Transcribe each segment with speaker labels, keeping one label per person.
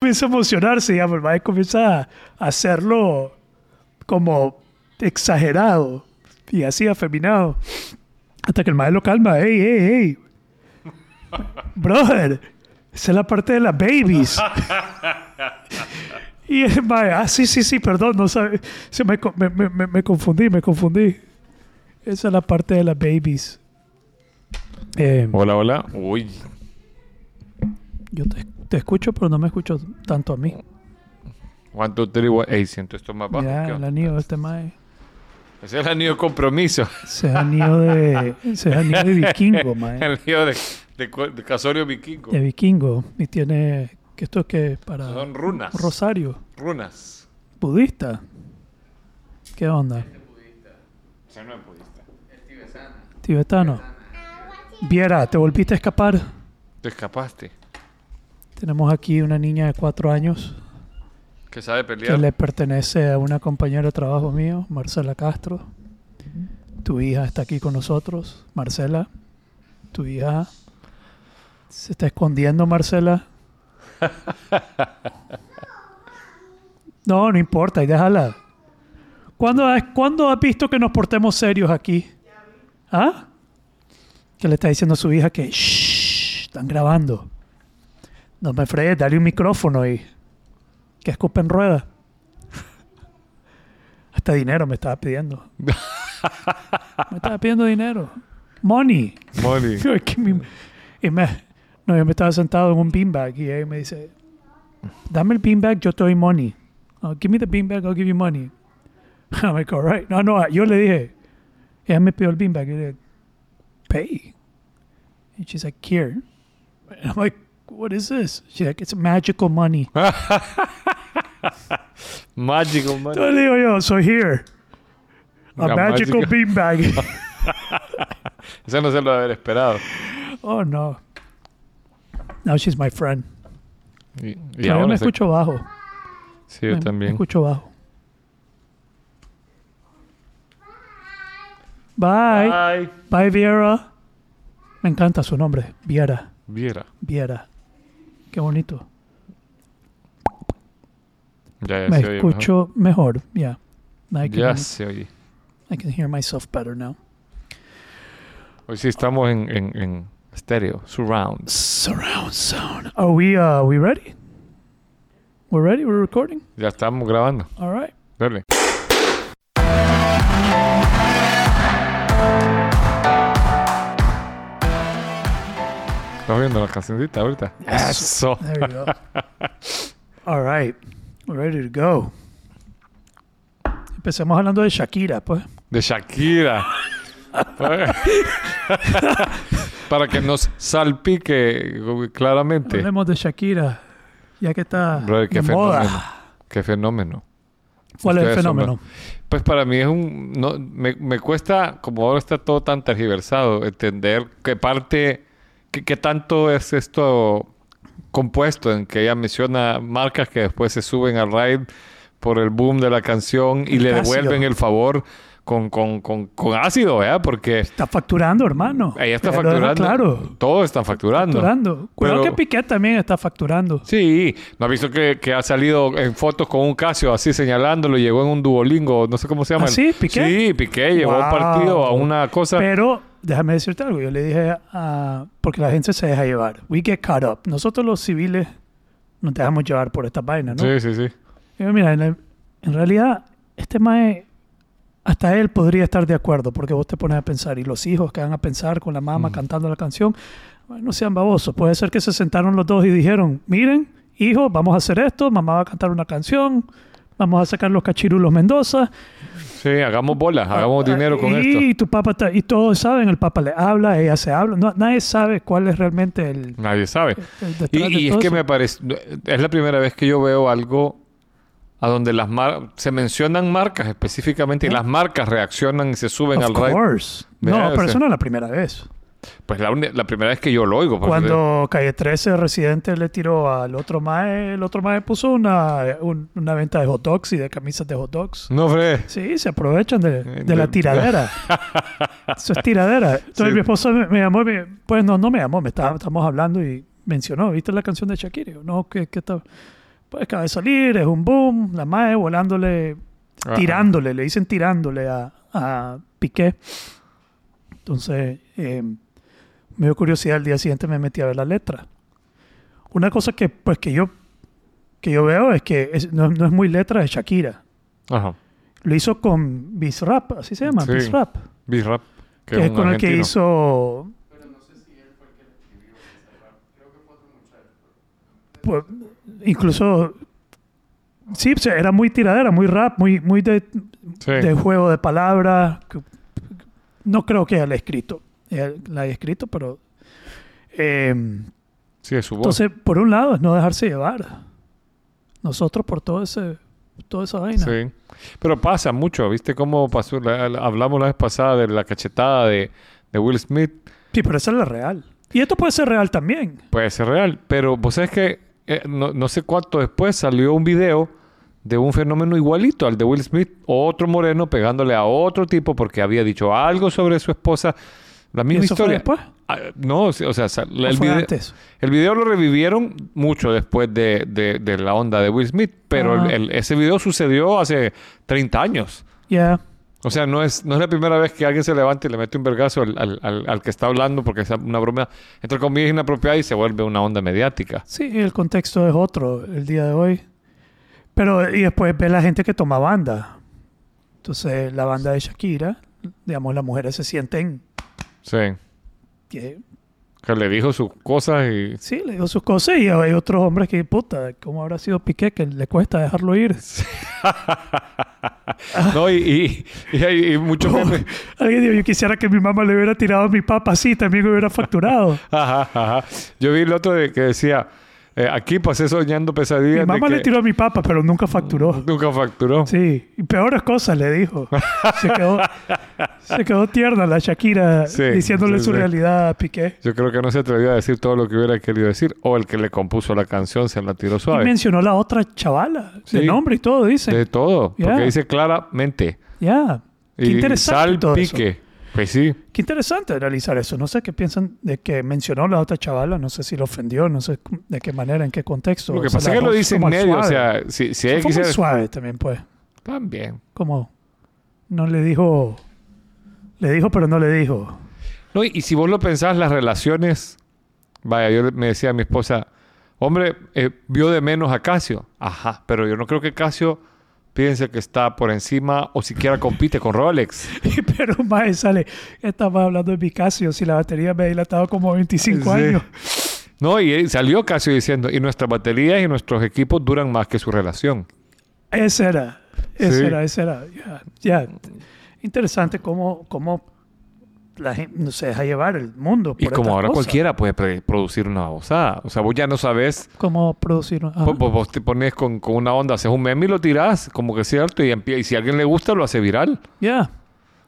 Speaker 1: comienza a emocionarse, digamos, el mae comienza a hacerlo como exagerado y así afeminado. Hasta que el mae lo calma, ey, ey, ey. Brother, esa es la parte de las babies. y el mae, ah, sí, sí, sí, perdón, no sabe. Se me, co- me- me- me- me confundí, me confundí. Esa es la parte de las babies. Eh,
Speaker 2: Hola, hola. Uy,
Speaker 1: yo te, te escucho, pero no me escucho tanto a mí.
Speaker 2: one, two, three, one. Ey, siento esto más bajo.
Speaker 1: Ya,
Speaker 2: ¿Qué
Speaker 1: el
Speaker 2: onda?
Speaker 1: anillo de este mae.
Speaker 2: Ese es el anillo de compromiso.
Speaker 1: Ese es anillo de, ese es anillo de vikingo, mae.
Speaker 2: El anillo de, de, cu- de casorio vikingo.
Speaker 1: De vikingo. Y tiene... que ¿Esto que Para...
Speaker 2: Son runas.
Speaker 1: un Rosario.
Speaker 2: Runas.
Speaker 1: ¿Budista? ¿Qué onda?
Speaker 2: Ese no es budista.
Speaker 1: ¿Tibetano? Viera, te volviste a escapar.
Speaker 2: Te escapaste.
Speaker 1: Tenemos aquí una niña de cuatro años
Speaker 2: Que sabe pelear.
Speaker 1: que le pertenece a una compañera de trabajo mío, Marcela Castro. Tu hija está aquí con nosotros. Marcela, tu hija se está escondiendo, Marcela. No, no importa, y déjala. ¿Cuándo has, ¿Cuándo has visto que nos portemos serios aquí? ¿Ah? Que le está diciendo a su hija que "Shh, están grabando. No me fregues, dale un micrófono y que escupen ruedas. Hasta dinero me estaba pidiendo. me estaba pidiendo dinero. Money.
Speaker 2: Molly.
Speaker 1: Es que mi- y me- no, yo me estaba sentado en un beanbag y ella me dice, dame el beanbag, yo te doy money. Oh, give me the beanbag, I'll give you money. I'm like, all right. No, no, yo le dije, ella me pidió el beanbag. Y le dije, pay. And she's like, here. And I'm like, what is this? She's like, it's magical money.
Speaker 2: Magical Molly.
Speaker 1: Entonces le digo yo, so here. A
Speaker 2: A
Speaker 1: magical
Speaker 2: magical-
Speaker 1: beanbag.
Speaker 2: Ese no se lo haber esperado.
Speaker 1: oh, no. Now she's my friend.
Speaker 2: Y, y
Speaker 1: Pero yo
Speaker 2: ahora
Speaker 1: me
Speaker 2: se-
Speaker 1: escucho bajo.
Speaker 2: Sí, yo
Speaker 1: Me- Me
Speaker 2: también.
Speaker 1: escucho bajo. Bye.
Speaker 2: Ay.
Speaker 1: Bye, Viera. Me encanta su nombre. Viera.
Speaker 2: Viera.
Speaker 1: Viera. Qué bonito.
Speaker 2: Ya, ya
Speaker 1: Me
Speaker 2: se oye mejor.
Speaker 1: escucho mejor. Yeah. I can,
Speaker 2: Ya se oye.
Speaker 1: I can hear myself better now.
Speaker 2: Hoy sí estamos en, en, en estéreo. Surround.
Speaker 1: Surround sound. Are we, uh, we ready? We're ready? We're recording?
Speaker 2: Ya estamos grabando.
Speaker 1: All right.
Speaker 2: Dale. Estamos viendo la cancioncita ahorita.
Speaker 1: Eso.
Speaker 2: Eso.
Speaker 1: There you go. All right. We're ready to go. Empecemos hablando de Shakira, pues.
Speaker 2: De Shakira. Para que nos salpique eh, claramente.
Speaker 1: Hablemos de Shakira, ya que está
Speaker 2: Brother, qué
Speaker 1: de
Speaker 2: fenómeno.
Speaker 1: moda.
Speaker 2: Qué fenómeno.
Speaker 1: ¿Cuál es el
Speaker 2: Ustedes son
Speaker 1: fenómeno?
Speaker 2: Pues para mí es un... No, me, me cuesta, como ahora está todo tan tergiversado, entender qué parte... Qué, qué tanto es esto compuesto en que ella menciona marcas que después se suben al ride por el boom de la canción y le
Speaker 1: Casio.
Speaker 2: devuelven el favor con, con, con, con ácido, ¿verdad? Porque
Speaker 1: Está facturando, hermano.
Speaker 2: ella está
Speaker 1: Ya lo deja
Speaker 2: facturando.
Speaker 1: Claro.
Speaker 2: Todos están facturando.
Speaker 1: Facturando. Cuidado
Speaker 2: Pero-
Speaker 1: que Piqué también está facturando.
Speaker 2: Sí, ¿no has visto que, que ha salido en fotos con un Casio así señalándolo? Llegó en un Duolingo, no sé cómo se llama.
Speaker 1: ¿Ah, sí? ¿Piqué?
Speaker 2: Sí, Piqué llegó a un
Speaker 1: Wow.
Speaker 2: partido, a una cosa.
Speaker 1: Pero déjame decirte algo. Yo le dije a. Porque la gente se deja llevar. We get caught up. Nosotros los civiles nos dejamos llevar por esta vaina, ¿no?
Speaker 2: Sí, sí, sí.
Speaker 1: Y yo, mira, en, la- en realidad, este mae. Hasta él podría estar de acuerdo, porque vos te pones a pensar, y los hijos que van a pensar con la
Speaker 2: Mm.
Speaker 1: mamá cantando la canción, bueno, no sean babosos. Puede ser que se sentaron los dos y dijeron: Miren, hijo, vamos a hacer esto, mamá va a cantar una canción, vamos a sacar los cachirulos Mendoza,
Speaker 2: Sí, hagamos bolas, hagamos dinero con
Speaker 1: Ah, y
Speaker 2: esto.
Speaker 1: tu papá está- y todos saben, el papá le habla, ella se habla, no- nadie sabe cuál es realmente el,
Speaker 2: Nadie sabe.
Speaker 1: el detrás
Speaker 2: Y,
Speaker 1: de
Speaker 2: y es
Speaker 1: todo
Speaker 2: que
Speaker 1: eso.
Speaker 2: me parece, es la primera vez que yo veo algo a donde las mar se mencionan marcas específicamente y las marcas reaccionan y se suben al
Speaker 1: ¿Eh? Of
Speaker 2: ride.
Speaker 1: course. No,
Speaker 2: Vea,
Speaker 1: pero
Speaker 2: o sea,
Speaker 1: eso no es la primera vez.
Speaker 2: Pues la, uni- la primera vez que yo lo oigo. pues, porque-
Speaker 1: Cuando Calle 13 Residente le tiró al otro mae, el otro mae puso una, un- una venta de hot dogs y de camisas de hot dogs.
Speaker 2: No, Fred.
Speaker 1: Sí, se aprovechan de, de
Speaker 2: Eh, de-
Speaker 1: la tiradera. Eso es tiradera. Entonces
Speaker 2: Sí.
Speaker 1: mi esposa me, me llamó, y me- pues no, no me llamó, me estaba, estábamos hablando y mencionó, ¿viste la canción de Shakira? Y yo, no, que, que está... Pues acaba de salir, es un boom, la madre volándole,
Speaker 2: Ajá.
Speaker 1: tirándole, le dicen tirándole a, a Piqué. Entonces, eh, me dio curiosidad, al día siguiente me metí a ver la letra. Una cosa que, pues, que yo, que yo veo es que es- no, no es muy letra de Shakira.
Speaker 2: Ajá.
Speaker 1: Lo hizo con Bizrap, así se llama,
Speaker 2: Sí.
Speaker 1: Bizrap.
Speaker 2: Bizrap.
Speaker 1: Que es
Speaker 2: un
Speaker 1: con el que
Speaker 2: argentino.
Speaker 1: hizo... Pues, incluso... Sí, o sea, era muy tiradera, muy rap, muy, muy de,
Speaker 2: Sí.
Speaker 1: de juego de palabras. que- No creo que haya escrito. ella La haya escrito, pero... em,
Speaker 2: Sí, es su voz.
Speaker 1: entonces, por un lado, es no dejarse llevar. Nosotros por todo ese, toda esa vaina.
Speaker 2: Sí. Pero pasa mucho, ¿viste cómo pasó? La- la- hablamos la vez pasada de la cachetada de, de Will Smith.
Speaker 1: Sí, pero esa es la real. Y esto puede ser real también.
Speaker 2: Puede ser real, pero vos sabés que eh, no, no sé cuánto después salió un video de un fenómeno igualito al de Will Smith, otro moreno pegándole a otro tipo porque había dicho algo sobre su esposa. La
Speaker 1: ¿Y
Speaker 2: misma
Speaker 1: eso fue
Speaker 2: historia.
Speaker 1: después?
Speaker 2: Ah, no, o sea, o sea,
Speaker 1: ¿O
Speaker 2: el,
Speaker 1: fue
Speaker 2: video,
Speaker 1: antes?
Speaker 2: el video lo revivieron mucho después de, de- de la onda de Will Smith, pero el-
Speaker 1: Ah.
Speaker 2: el- ese video sucedió hace 30 años.
Speaker 1: Ya.
Speaker 2: O sea, no es, no es la primera vez que alguien se levanta y le mete un vergazo al, al- al- al que está hablando porque es una broma, entre comillas, inapropiada y se vuelve una onda mediática.
Speaker 1: Sí, el contexto es otro el día de hoy. Pero, y después ve la gente que toma banda. Entonces, la banda de Shakira, digamos, las mujeres se sienten
Speaker 2: Sí.
Speaker 1: que
Speaker 2: Que le dijo sus cosas y...
Speaker 1: sí, le dio sus cosas y hay otros hombres que, puta, ¿cómo habrá sido Piqué que le cuesta dejarlo ir?
Speaker 2: No, y, y, y hay y muchos memes.
Speaker 1: Alguien dijo, yo quisiera que mi mamá le hubiera tirado a mi papá así, también me hubiera facturado.
Speaker 2: Ajá, ajá. Yo vi el otro de que decía, eh, aquí pasé soñando pesadillas
Speaker 1: mi
Speaker 2: de
Speaker 1: mamá
Speaker 2: que
Speaker 1: le tiró a mi papá, pero nunca facturó.
Speaker 2: nunca facturó.
Speaker 1: Sí, y peores cosas le dijo. Se quedó, se quedó tierna la Shakira
Speaker 2: Sí,
Speaker 1: diciéndole
Speaker 2: sí,
Speaker 1: su
Speaker 2: sí.
Speaker 1: realidad a Piqué.
Speaker 2: Yo creo que no se atrevió a decir todo lo que hubiera querido decir. O el que le compuso la canción se la tiró
Speaker 1: Y
Speaker 2: suave.
Speaker 1: mencionó la otra chavala,
Speaker 2: Sí.
Speaker 1: de nombre y todo, dice.
Speaker 2: De todo.
Speaker 1: Ya.
Speaker 2: Porque dice claramente.
Speaker 1: Ya. Qué
Speaker 2: Y
Speaker 1: interesante todo eso.
Speaker 2: salpique. Pues sí.
Speaker 1: Qué interesante analizar eso. No sé qué piensan de que mencionó la otra chavala, no sé si lo ofendió, no sé cu- de qué manera, en qué contexto.
Speaker 2: Lo que
Speaker 1: O sea,
Speaker 2: pasa es
Speaker 1: la
Speaker 2: que lo
Speaker 1: voz
Speaker 2: dice en
Speaker 1: como al
Speaker 2: medio. O
Speaker 1: suave.
Speaker 2: sea, si, si ella
Speaker 1: Fue muy
Speaker 2: quisiera...
Speaker 1: suave también, pues.
Speaker 2: También.
Speaker 1: Como no le dijo, le dijo pero no le dijo.
Speaker 2: No, y, y si vos lo pensás, las relaciones. Vaya, yo le- me decía a mi esposa, hombre, eh, vio de menos a Casio. Ajá, pero yo no creo que Casio piense que está por encima o siquiera compite con Rolex.
Speaker 1: pero más sale, estaba hablando de mi Casio, si la batería me ha dilatado como 25
Speaker 2: Sí.
Speaker 1: años.
Speaker 2: No, y él salió Casio diciendo, y nuestras baterías y nuestros equipos duran más que su relación.
Speaker 1: Ese era, ese
Speaker 2: Sí.
Speaker 1: era, ese era. Ya, ya. Interesante cómo, cómo la gente no se deja llevar el mundo.
Speaker 2: Y
Speaker 1: por
Speaker 2: como
Speaker 1: estas
Speaker 2: ahora
Speaker 1: cosas.
Speaker 2: cualquiera puede pre- producir una babosada. O sea, vos ya no sabes,
Speaker 1: Cómo producir. ah. ajá.
Speaker 2: vos, Pues, vos- vos te pones con, con una onda, haces un meme y lo tirás, como que es cierto, y, empie- y si a alguien le gusta, lo hace viral.
Speaker 1: Ya.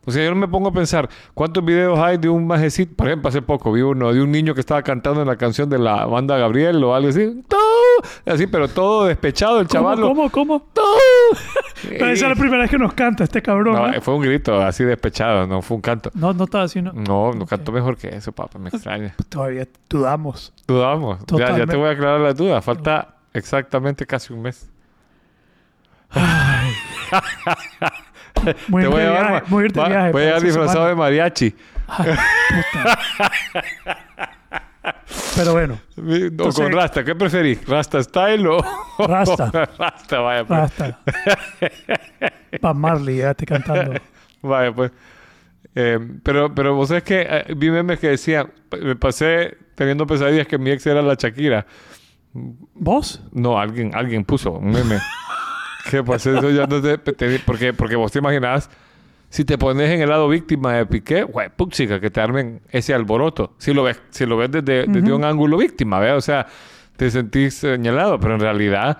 Speaker 2: O sea, yo no me pongo a pensar cuántos videos hay de un majecito. Por ejemplo, hace poco vi uno de un niño que estaba cantando en la canción de la banda Gabriel o algo así. ¡Tú! Así, pero todo despechado, el
Speaker 1: ¿Cómo,
Speaker 2: chaval. lo-
Speaker 1: ¿Cómo, cómo?
Speaker 2: ¡Tú!
Speaker 1: Pero esa es la primera vez que nos canta este cabrón.
Speaker 2: No,
Speaker 1: ¿eh?
Speaker 2: fue un grito así despechado, no fue un canto.
Speaker 1: No, no estaba haciendo.
Speaker 2: No, no canto mejor que eso, papá, me extraña.
Speaker 1: Todavía dudamos.
Speaker 2: Dudamos. Ya- Ya,
Speaker 1: Totalmente.
Speaker 2: te voy a aclarar la duda. Falta exactamente casi un mes.
Speaker 1: Muy irte
Speaker 2: te voy a
Speaker 1: de
Speaker 2: llevar
Speaker 1: viaje,
Speaker 2: ma-
Speaker 1: muy irte de
Speaker 2: va-
Speaker 1: viaje
Speaker 2: voy
Speaker 1: para
Speaker 2: a llegar
Speaker 1: esa
Speaker 2: disfrazado de
Speaker 1: semana.
Speaker 2: mariachi.
Speaker 1: Pero bueno,
Speaker 2: o con
Speaker 1: Entonces-
Speaker 2: Rasta, ¿qué preferís? ¿Rasta Style o
Speaker 1: Rasta.
Speaker 2: Rasta, vaya pues.
Speaker 1: basta. Para Marley, ya te cantando.
Speaker 2: Vaya, pues. Eh, pero, pero vos sabés que eh, vi memes que decían, "P- me pasé teniendo pesadillas que mi ex era la Shakira.
Speaker 1: ¿Vos?
Speaker 2: No, alguien, alguien puso un meme. que pasé eso ya no te, te- porque, porque vos te imaginás, si te pones en el lado víctima de Piqué, güey, puxica, que te armen ese alboroto. Si lo ves, si lo ves desde, desde un ángulo víctima, ¿ves? O sea, te sentís señalado, pero en realidad,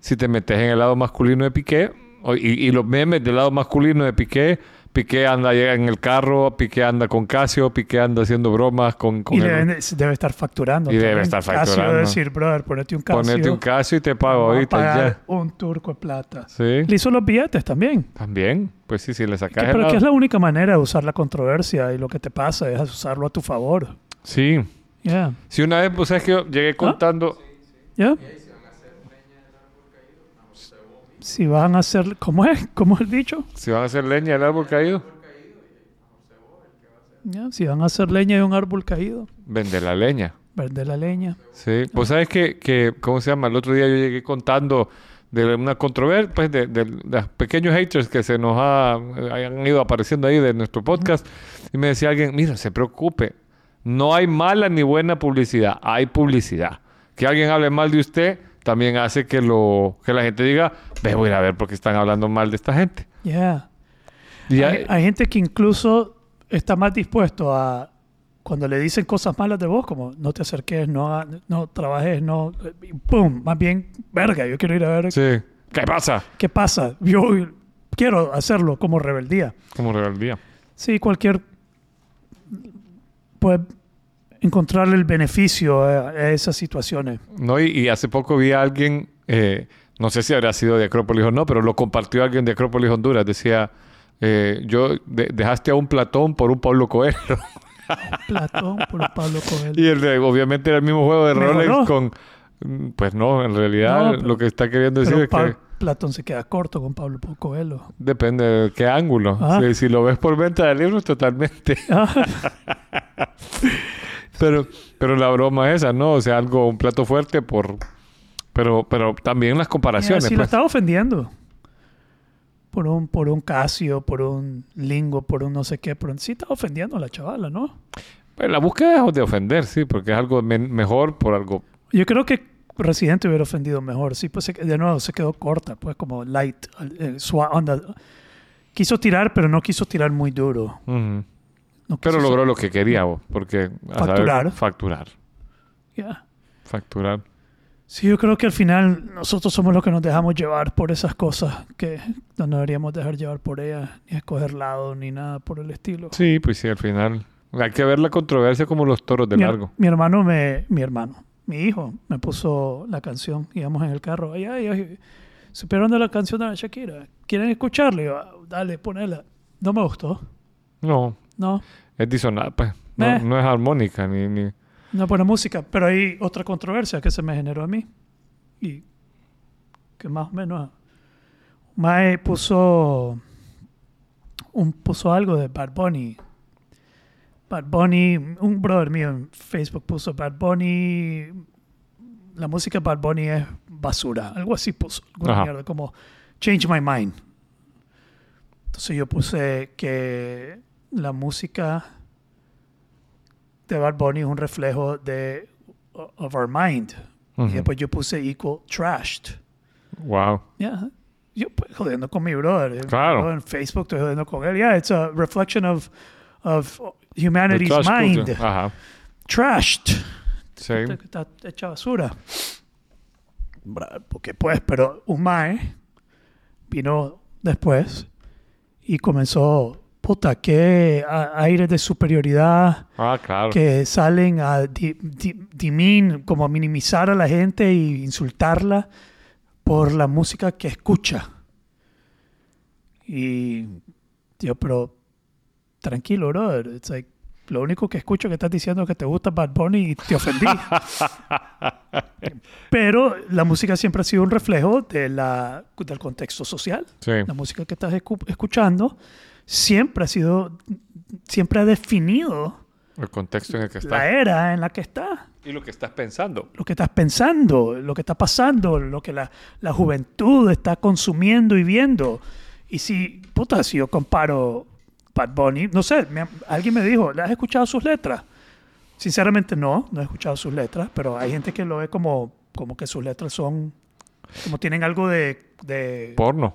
Speaker 2: si te metes en el lado masculino de Piqué, o- y, y los memes del lado masculino de Piqué, Piqué anda llega en el carro, Piqué anda con Casio, Piqué anda haciendo bromas con, con
Speaker 1: Y
Speaker 2: el-
Speaker 1: le deben- debe estar facturando.
Speaker 2: Y debe
Speaker 1: también.
Speaker 2: estar
Speaker 1: Casio debe
Speaker 2: facturando.
Speaker 1: decir, brother, ponete un Casio.
Speaker 2: ponete un Casio y te pago
Speaker 1: Vamos a
Speaker 2: ahorita y
Speaker 1: pagar
Speaker 2: ya.
Speaker 1: un turco de plata.
Speaker 2: Sí.
Speaker 1: Le hizo los billetes también.
Speaker 2: También, pues sí, si le
Speaker 1: Que-
Speaker 2: sacas el
Speaker 1: pero que
Speaker 2: lado-
Speaker 1: es la única manera de usar la controversia y lo que te pasa es usarlo a tu favor.
Speaker 2: Sí.
Speaker 1: Ya, ¿Ah?
Speaker 2: Si una vez, pues sabes que yo llegué contando,
Speaker 1: ya. Si van a hacer, ¿cómo es? ¿Cómo es dicho?
Speaker 2: Si van a hacer leña del árbol caído,
Speaker 1: Ya, Si van a hacer leña de un árbol caído,
Speaker 2: vende la leña.
Speaker 1: verde la leña.
Speaker 2: Sí,
Speaker 1: Ah.
Speaker 2: pues sabes que, que, ¿cómo se llama? El otro día yo llegué contando de una controversia, pues de, de los pequeños haters que se nos ha, han ido apareciendo ahí de nuestro podcast. Y me decía alguien, mira, se preocupe, no hay mala ni buena publicidad, hay publicidad. Que alguien hable mal de usted también hace que, lo, que la gente diga, ve, voy a ir a ver porque están hablando mal de esta gente.
Speaker 1: Yeah.
Speaker 2: Y ya-
Speaker 1: Hay, hay gente que incluso está más dispuesto a cuando le dicen cosas malas de vos, como no te acerques, no, haga- no trabajes, no. y ¡Pum! Más bien, verga, yo quiero ir a ver
Speaker 2: sí. ¿Qué pasa?
Speaker 1: qué pasa. Yo quiero hacerlo como rebeldía.
Speaker 2: Como rebeldía.
Speaker 1: Sí, cualquier. Pues encontrarle el beneficio a, a esas situaciones.
Speaker 2: No, y, y hace poco vi a alguien, eh, no sé si habrá sido de Acrópolis o no, pero lo compartió alguien de Acrópolis Honduras. Decía, eh, yo de- dejaste a un Platón por un Pablo Coelho.
Speaker 1: Platón por Pablo Coelho.
Speaker 2: y el de- obviamente era el mismo juego de roles
Speaker 1: Mejoró.
Speaker 2: con... mm, Pues no, en realidad
Speaker 1: No, pero-
Speaker 2: lo que está queriendo decir
Speaker 1: Pero
Speaker 2: es que
Speaker 1: Pa- Platón se queda corto con Pablo Coelho.
Speaker 2: depende de qué ángulo.
Speaker 1: Ajá.
Speaker 2: Si, si lo ves por venta de libros, totalmente.
Speaker 1: Ah,
Speaker 2: Pero, pero la broma es esa, ¿no? O sea, algo, un plato fuerte por... Pero, pero también las comparaciones.
Speaker 1: si lo
Speaker 2: pues.
Speaker 1: estaba ofendiendo. Por un, por un Casio, por un Lingo, por un no sé qué. Por un... Sí estaba ofendiendo a la chavala, ¿no?
Speaker 2: Pues la búsqueda es de ofender, sí, porque es algo men- mejor por algo.
Speaker 1: Yo creo que Residente hubiera ofendido mejor. Sí, pues se- de nuevo se quedó corta, pues como light, eh, suave, onda. Quiso tirar, pero no quiso tirar muy duro.
Speaker 2: Ujú.
Speaker 1: No
Speaker 2: Pero
Speaker 1: quiso-
Speaker 2: logró lo que quería, vos, porque... a saber,
Speaker 1: Facturar.
Speaker 2: facturar.
Speaker 1: Yeah.
Speaker 2: Facturar.
Speaker 1: Sí, yo creo que al final nosotros somos los que nos dejamos llevar por esas cosas que no nos deberíamos dejar llevar por ellas, ni escoger lado, ni nada por el estilo.
Speaker 2: Sí, pues sí, al final. Hay que ver la controversia como los toros de
Speaker 1: mi,
Speaker 2: largo.
Speaker 1: mi hermano me, mi hermano, mi hijo me puso la canción, íbamos en el carro, ay, ay, ay, supieron de la canción de la Shakira, ¿quieren escucharla? Y yo, "Ah, dale, ponela. No me gustó,
Speaker 2: No,
Speaker 1: no,
Speaker 2: es disonante, pues. No,
Speaker 1: Eh.
Speaker 2: no es armónica, ni... ni...
Speaker 1: no buena música, pero hay otra controversia que se me generó a mí y que más o menos Mae puso un puso algo de Bad Bunny. Bad Bunny, un brother mío en Facebook puso Bad Bunny la música de Bad Bunny es basura, algo así puso, alguna
Speaker 2: Ajá.
Speaker 1: mierda, como Change My Mind. Entonces yo puse que la música de Bad Bunny es un reflejo de of our mind. Y después yo puse equal trashed.
Speaker 2: Wow.
Speaker 1: Yeah. Yo pues, jodiendo con mi brother.
Speaker 2: Claro.
Speaker 1: Yo en Facebook estoy jodiendo con él. Yeah, it's a reflection of, of humanity's
Speaker 2: The trash
Speaker 1: mind.
Speaker 2: culture. Ajá.
Speaker 1: Trashed.
Speaker 2: Sí.
Speaker 1: Está, está hecha basura. Bra- Porque pues, pero un mae vino después y comenzó, puta, qué a- aire de superioridad
Speaker 2: Ah, claro.
Speaker 1: que salen a di- di- dimin, como a minimizar a la gente y insultarla por la música que escucha. Y yo, pero tranquilo, brother. It's like, lo único que escucho que estás diciendo es que te gusta Bad Bunny y te ofendí. pero la música siempre ha sido un reflejo de la, del contexto social
Speaker 2: Sí.
Speaker 1: la música que estás escu- escuchando siempre ha sido, siempre ha definido
Speaker 2: El contexto en el que estás.
Speaker 1: la E. era en la que estás,
Speaker 2: Y lo que estás pensando.
Speaker 1: lo que estás pensando, lo que está pasando, lo que la, la juventud está consumiendo y viendo. Y si, puta, si yo comparo Bad Bunny, no sé, me- alguien me dijo, ¿le has escuchado sus letras? Sinceramente no, no he escuchado sus letras, pero hay gente que lo ve como, como que sus letras son, como tienen algo de... de
Speaker 2: Porno.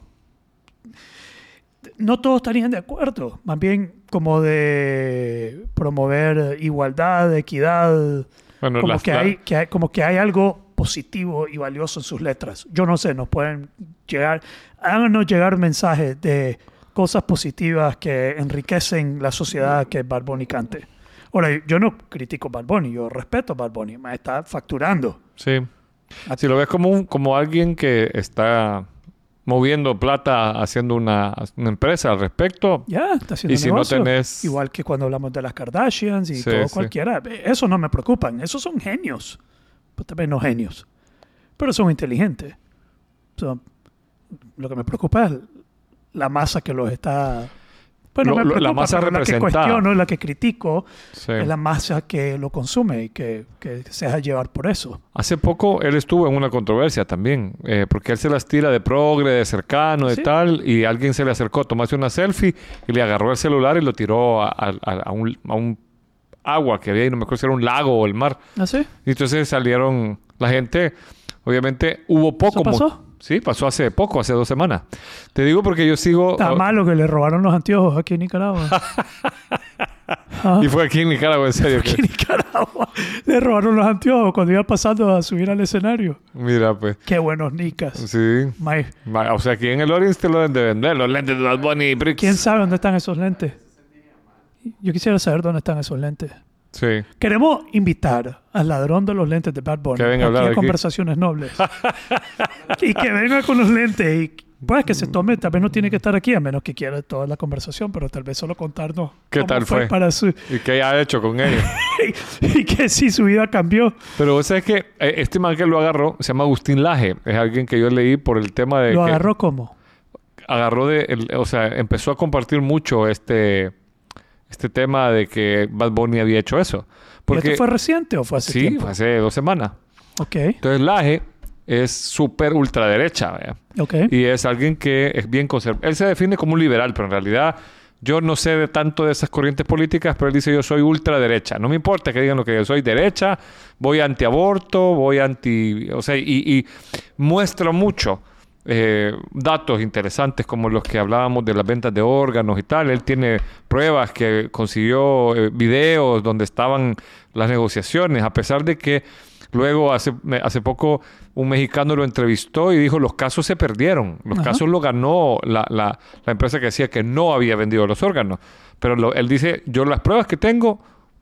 Speaker 1: no todos estarían de acuerdo, más bien como de promover igualdad, equidad,
Speaker 2: Bueno,
Speaker 1: como,
Speaker 2: las-
Speaker 1: que
Speaker 2: la-
Speaker 1: hay, que hay- como que hay algo positivo y valioso en sus letras. Yo no sé, nos pueden llegar, háganos llegar mensajes de cosas positivas que enriquecen la sociedad que Bad Bunny cante. Ahora, yo no critico Bad Bunny, yo respeto a Bad Bunny, me está facturando.
Speaker 2: Sí. Si lo ves como, un- como alguien que está moviendo plata haciendo una, una empresa al respecto,
Speaker 1: Ya, está haciendo
Speaker 2: Y si no
Speaker 1: negocio.
Speaker 2: tenés-
Speaker 1: Igual que cuando hablamos de las Kardashians y
Speaker 2: Sí,
Speaker 1: todo
Speaker 2: sí.
Speaker 1: cualquiera. Eso no me preocupan. Esos son genios. Pues también no genios. Pero son inteligentes. Son- lo que me preocupa es la masa que los está...
Speaker 2: Lo-
Speaker 1: Bueno, me
Speaker 2: lo- la
Speaker 1: preocupa,
Speaker 2: masa
Speaker 1: pero la que
Speaker 2: representada.
Speaker 1: cuestiono, la que critico,
Speaker 2: Sí.
Speaker 1: es la masa que lo consume y que, que se deja llevar por eso.
Speaker 2: Hace poco él estuvo en una controversia también, eh, porque él se las tira de progre, de cercano, de
Speaker 1: Sí.
Speaker 2: tal, y alguien se le acercó a tomarse una selfie y le agarró el celular y lo tiró a, a- a- a un, a un agua que había, y no me acuerdo si era un lago o el mar.
Speaker 1: ¿Ah, sí?
Speaker 2: Y entonces salieron la gente. Obviamente hubo poco.
Speaker 1: ¿Eso
Speaker 2: mo-
Speaker 1: pasó?
Speaker 2: Sí, pasó hace poco, hace dos semanas. Te digo porque yo sigo.
Speaker 1: Está
Speaker 2: ah,
Speaker 1: malo que le robaron los anteojos aquí en Nicaragua. Ah,
Speaker 2: Y fue aquí en Nicaragua, en serio.
Speaker 1: Aquí en Nicaragua le robaron los anteojos cuando iba pasando a subir al escenario.
Speaker 2: Mira, pues.
Speaker 1: Qué buenos nicas.
Speaker 2: Sí.
Speaker 1: May,
Speaker 2: Ma- O sea, aquí en el Orient te lo deben de vender, los lentes de Bad Bunny y Bricks.
Speaker 1: ¿Quién sabe dónde están esos lentes? Yo quisiera saber dónde están esos lentes.
Speaker 2: Sí.
Speaker 1: Queremos invitar al ladrón de los lentes de Bad Bunny
Speaker 2: Que venga a hablar
Speaker 1: a
Speaker 2: aquí.
Speaker 1: Conversaciones Nobles. y que venga con los lentes y pues que se tome, tal vez no tiene que estar aquí a menos que quiera toda la conversación, pero tal vez solo contarnos
Speaker 2: ¿Qué
Speaker 1: cómo
Speaker 2: tal fue?
Speaker 1: para su
Speaker 2: ¿Y qué ha hecho con ellos?
Speaker 1: y que si su vida cambió.
Speaker 2: Pero vos sabés que eh, este man que lo agarró se llama Agustín Laje. Es alguien que yo leí por el tema de.
Speaker 1: Lo
Speaker 2: que
Speaker 1: agarró como
Speaker 2: Agarró de. el- o sea, empezó a compartir mucho este. Este tema de que Bad Bunny había hecho eso.
Speaker 1: ¿Y
Speaker 2: Porque.
Speaker 1: esto fue reciente o fue hace
Speaker 2: sí,
Speaker 1: tiempo?
Speaker 2: hace dos semanas.
Speaker 1: Ok,
Speaker 2: Entonces Laje es súper ultraderecha, ¿vea?
Speaker 1: ok.
Speaker 2: Y es alguien que es bien conservador. Él se define como un liberal, pero en realidad yo no sé de tanto de esas corrientes políticas, pero él dice yo soy ultraderecha. No me importa que digan lo que yo soy derecha, voy antiaborto, voy anti... O sea, y, y muestra mucho eh, datos interesantes como los que hablábamos de las ventas de órganos y tal. Él tiene pruebas que consiguió eh, videos donde estaban las negociaciones, a pesar de que luego hace, me- hace poco un mexicano lo entrevistó y dijo los casos se perdieron. Los
Speaker 1: Ajá.
Speaker 2: casos lo ganó la, la- la empresa que decía que no había vendido los órganos. Pero lo- él dice, yo las pruebas que tengo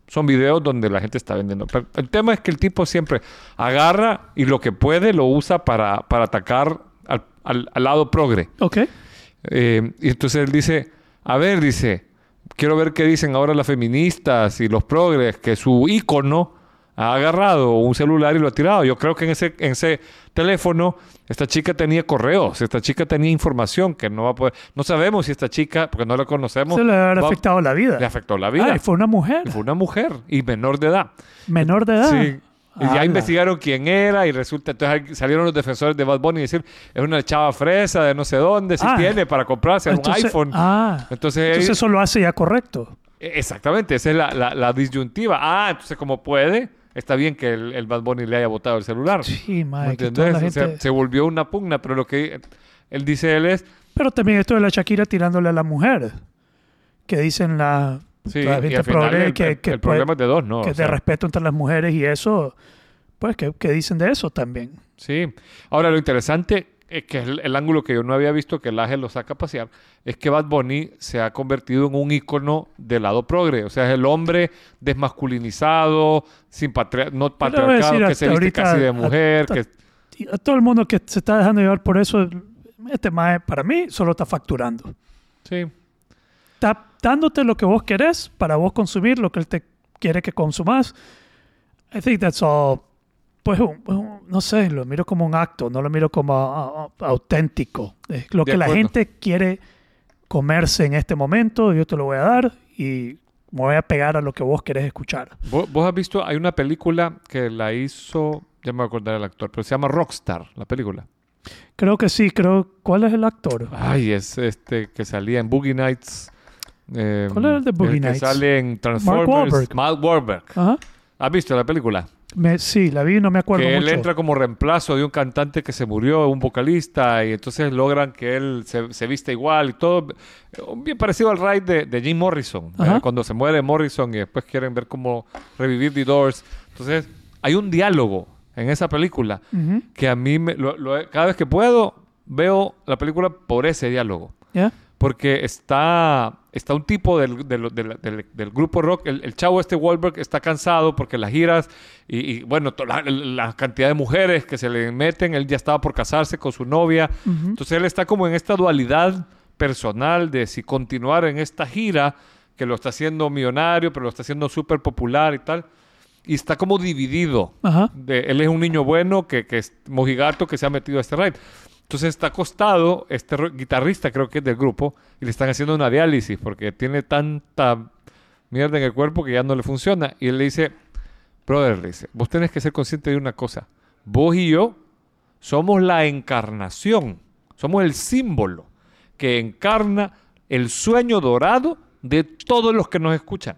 Speaker 2: son videos donde la gente está vendiendo. Pero el tema es que el tipo siempre agarra y lo que puede lo usa para, para atacar al, al- al lado progre.
Speaker 1: Ok.
Speaker 2: Eh, y entonces él dice, a ver, dice, quiero ver qué dicen ahora las feministas y los progres, que su ícono ha agarrado un celular y lo ha tirado. Yo creo que en ese, en ese teléfono esta chica tenía correos, esta chica tenía información que no va a poder... No sabemos si esta chica, porque no la conocemos,
Speaker 1: Se le habrá
Speaker 2: va-
Speaker 1: afectado la vida.
Speaker 2: le afectó la vida.
Speaker 1: Ah, y fue una mujer.
Speaker 2: Y fue una mujer y menor de edad.
Speaker 1: Menor de edad.
Speaker 2: Sí. Y ya
Speaker 1: Ah. Ala.
Speaker 2: investigaron quién era y resulta, entonces salieron los defensores de Bad Bunny y decir, es una chava fresa de no sé dónde, si
Speaker 1: Ah.
Speaker 2: tiene para comprarse un
Speaker 1: Entonces-
Speaker 2: iPhone.
Speaker 1: Ah.
Speaker 2: Entonces, él-
Speaker 1: Entonces eso lo hace ya correcto.
Speaker 2: eh, exactamente, esa es la, la- la disyuntiva. Ah, entonces como puede, está bien que el, el Bad Bunny le haya botado el celular.
Speaker 1: Sí,
Speaker 2: ¿Me
Speaker 1: madre, que toda
Speaker 2: entendés?
Speaker 1: la
Speaker 2: O sea,
Speaker 1: gente-
Speaker 2: se volvió una pugna, pero lo que eh, él dice él es,
Speaker 1: Pero también esto de la Shakira tirándole a la mujer. Que dicen la...
Speaker 2: sí,
Speaker 1: la
Speaker 2: y
Speaker 1: gente
Speaker 2: al final
Speaker 1: progre
Speaker 2: el,
Speaker 1: que,
Speaker 2: el-
Speaker 1: que
Speaker 2: el
Speaker 1: puede-
Speaker 2: problema es de dos, ¿no?
Speaker 1: que
Speaker 2: O
Speaker 1: de
Speaker 2: sea,
Speaker 1: respeto entre las mujeres y eso... Pues, ¿qué, qué dicen de eso también?
Speaker 2: Sí. Ahora, lo interesante, es que es el, el ángulo que yo no había visto que el ángel lo saca a pasear, es que Bad Bunny se ha convertido en un ícono del lado progre. O sea, es el hombre desmasculinizado, sin patria-
Speaker 1: Yo
Speaker 2: no
Speaker 1: le voy a decir
Speaker 2: patriarcado, que
Speaker 1: hasta
Speaker 2: se viste
Speaker 1: ahorita
Speaker 2: casi de
Speaker 1: a-
Speaker 2: mujer.
Speaker 1: a-
Speaker 2: que-
Speaker 1: Y a todo el mundo que se está dejando llevar por eso, este mae, para mí, solo está facturando.
Speaker 2: sí.
Speaker 1: está dándote lo que vos querés para vos consumir lo que él te quiere que consumas. I think that's all. Pues, un- un- no sé, lo miro como un acto, no lo miro como a- a- a- auténtico. Es lo
Speaker 2: De
Speaker 1: que la
Speaker 2: acuerdo.
Speaker 1: gente quiere comerse en este momento, yo te lo voy a dar y me voy a pegar a lo que vos querés escuchar.
Speaker 2: ¿Vo- ¿Vos, has visto, hay una película que la hizo, ya me voy a acordar el actor, pero se llama Rockstar, la película.
Speaker 1: Creo que sí, creo. ¿Cuál es el actor?
Speaker 2: Ay, es este que salía en Boogie Nights. eh,
Speaker 1: ¿Cuál era el de Boogie
Speaker 2: Que
Speaker 1: Nights?
Speaker 2: sale en Transformers.
Speaker 1: Wahlberg.
Speaker 2: Mark Wahlberg.
Speaker 1: Ajá.
Speaker 2: ¿Has visto la película?
Speaker 1: Me- sí, la vi y no me acuerdo
Speaker 2: que él
Speaker 1: mucho.
Speaker 2: entra como reemplazo de un cantante que se murió, un vocalista, y entonces logran que él se, se vista igual y todo. Eh, Bien parecido al ride de, de Jim Morrison,
Speaker 1: Ajá.
Speaker 2: ¿verdad? cuando se muere Morrison y después quieren ver cómo revivir The Doors. Entonces, hay un diálogo en esa película
Speaker 1: Ujú.
Speaker 2: que a mí, me- lo- lo- cada vez que puedo, veo la película por ese diálogo.
Speaker 1: ¿Ya?
Speaker 2: Porque está, está un tipo del, del- del- del- del grupo rock, el, el chavo este Wahlberg está cansado porque las giras y, y, bueno, to- la, la cantidad de mujeres que se le meten, él ya estaba por casarse con su novia.
Speaker 1: Ujú.
Speaker 2: Entonces él está como en esta dualidad personal de si continuar en esta gira que lo está haciendo millonario, pero lo está haciendo súper popular y tal. Y está como dividido
Speaker 1: Ajá.
Speaker 2: de- él es un niño bueno que, que es mojigato que se ha metido a este raid. Entonces está acostado, este ro- guitarrista creo que es del grupo, y le están haciendo una diálisis porque tiene tanta mierda en el cuerpo que ya no le funciona. Y él le dice, brother, le dice, vos tenés que ser consciente de una cosa. Vos y yo somos la encarnación, somos el símbolo que encarna el sueño dorado de todos los que nos escuchan.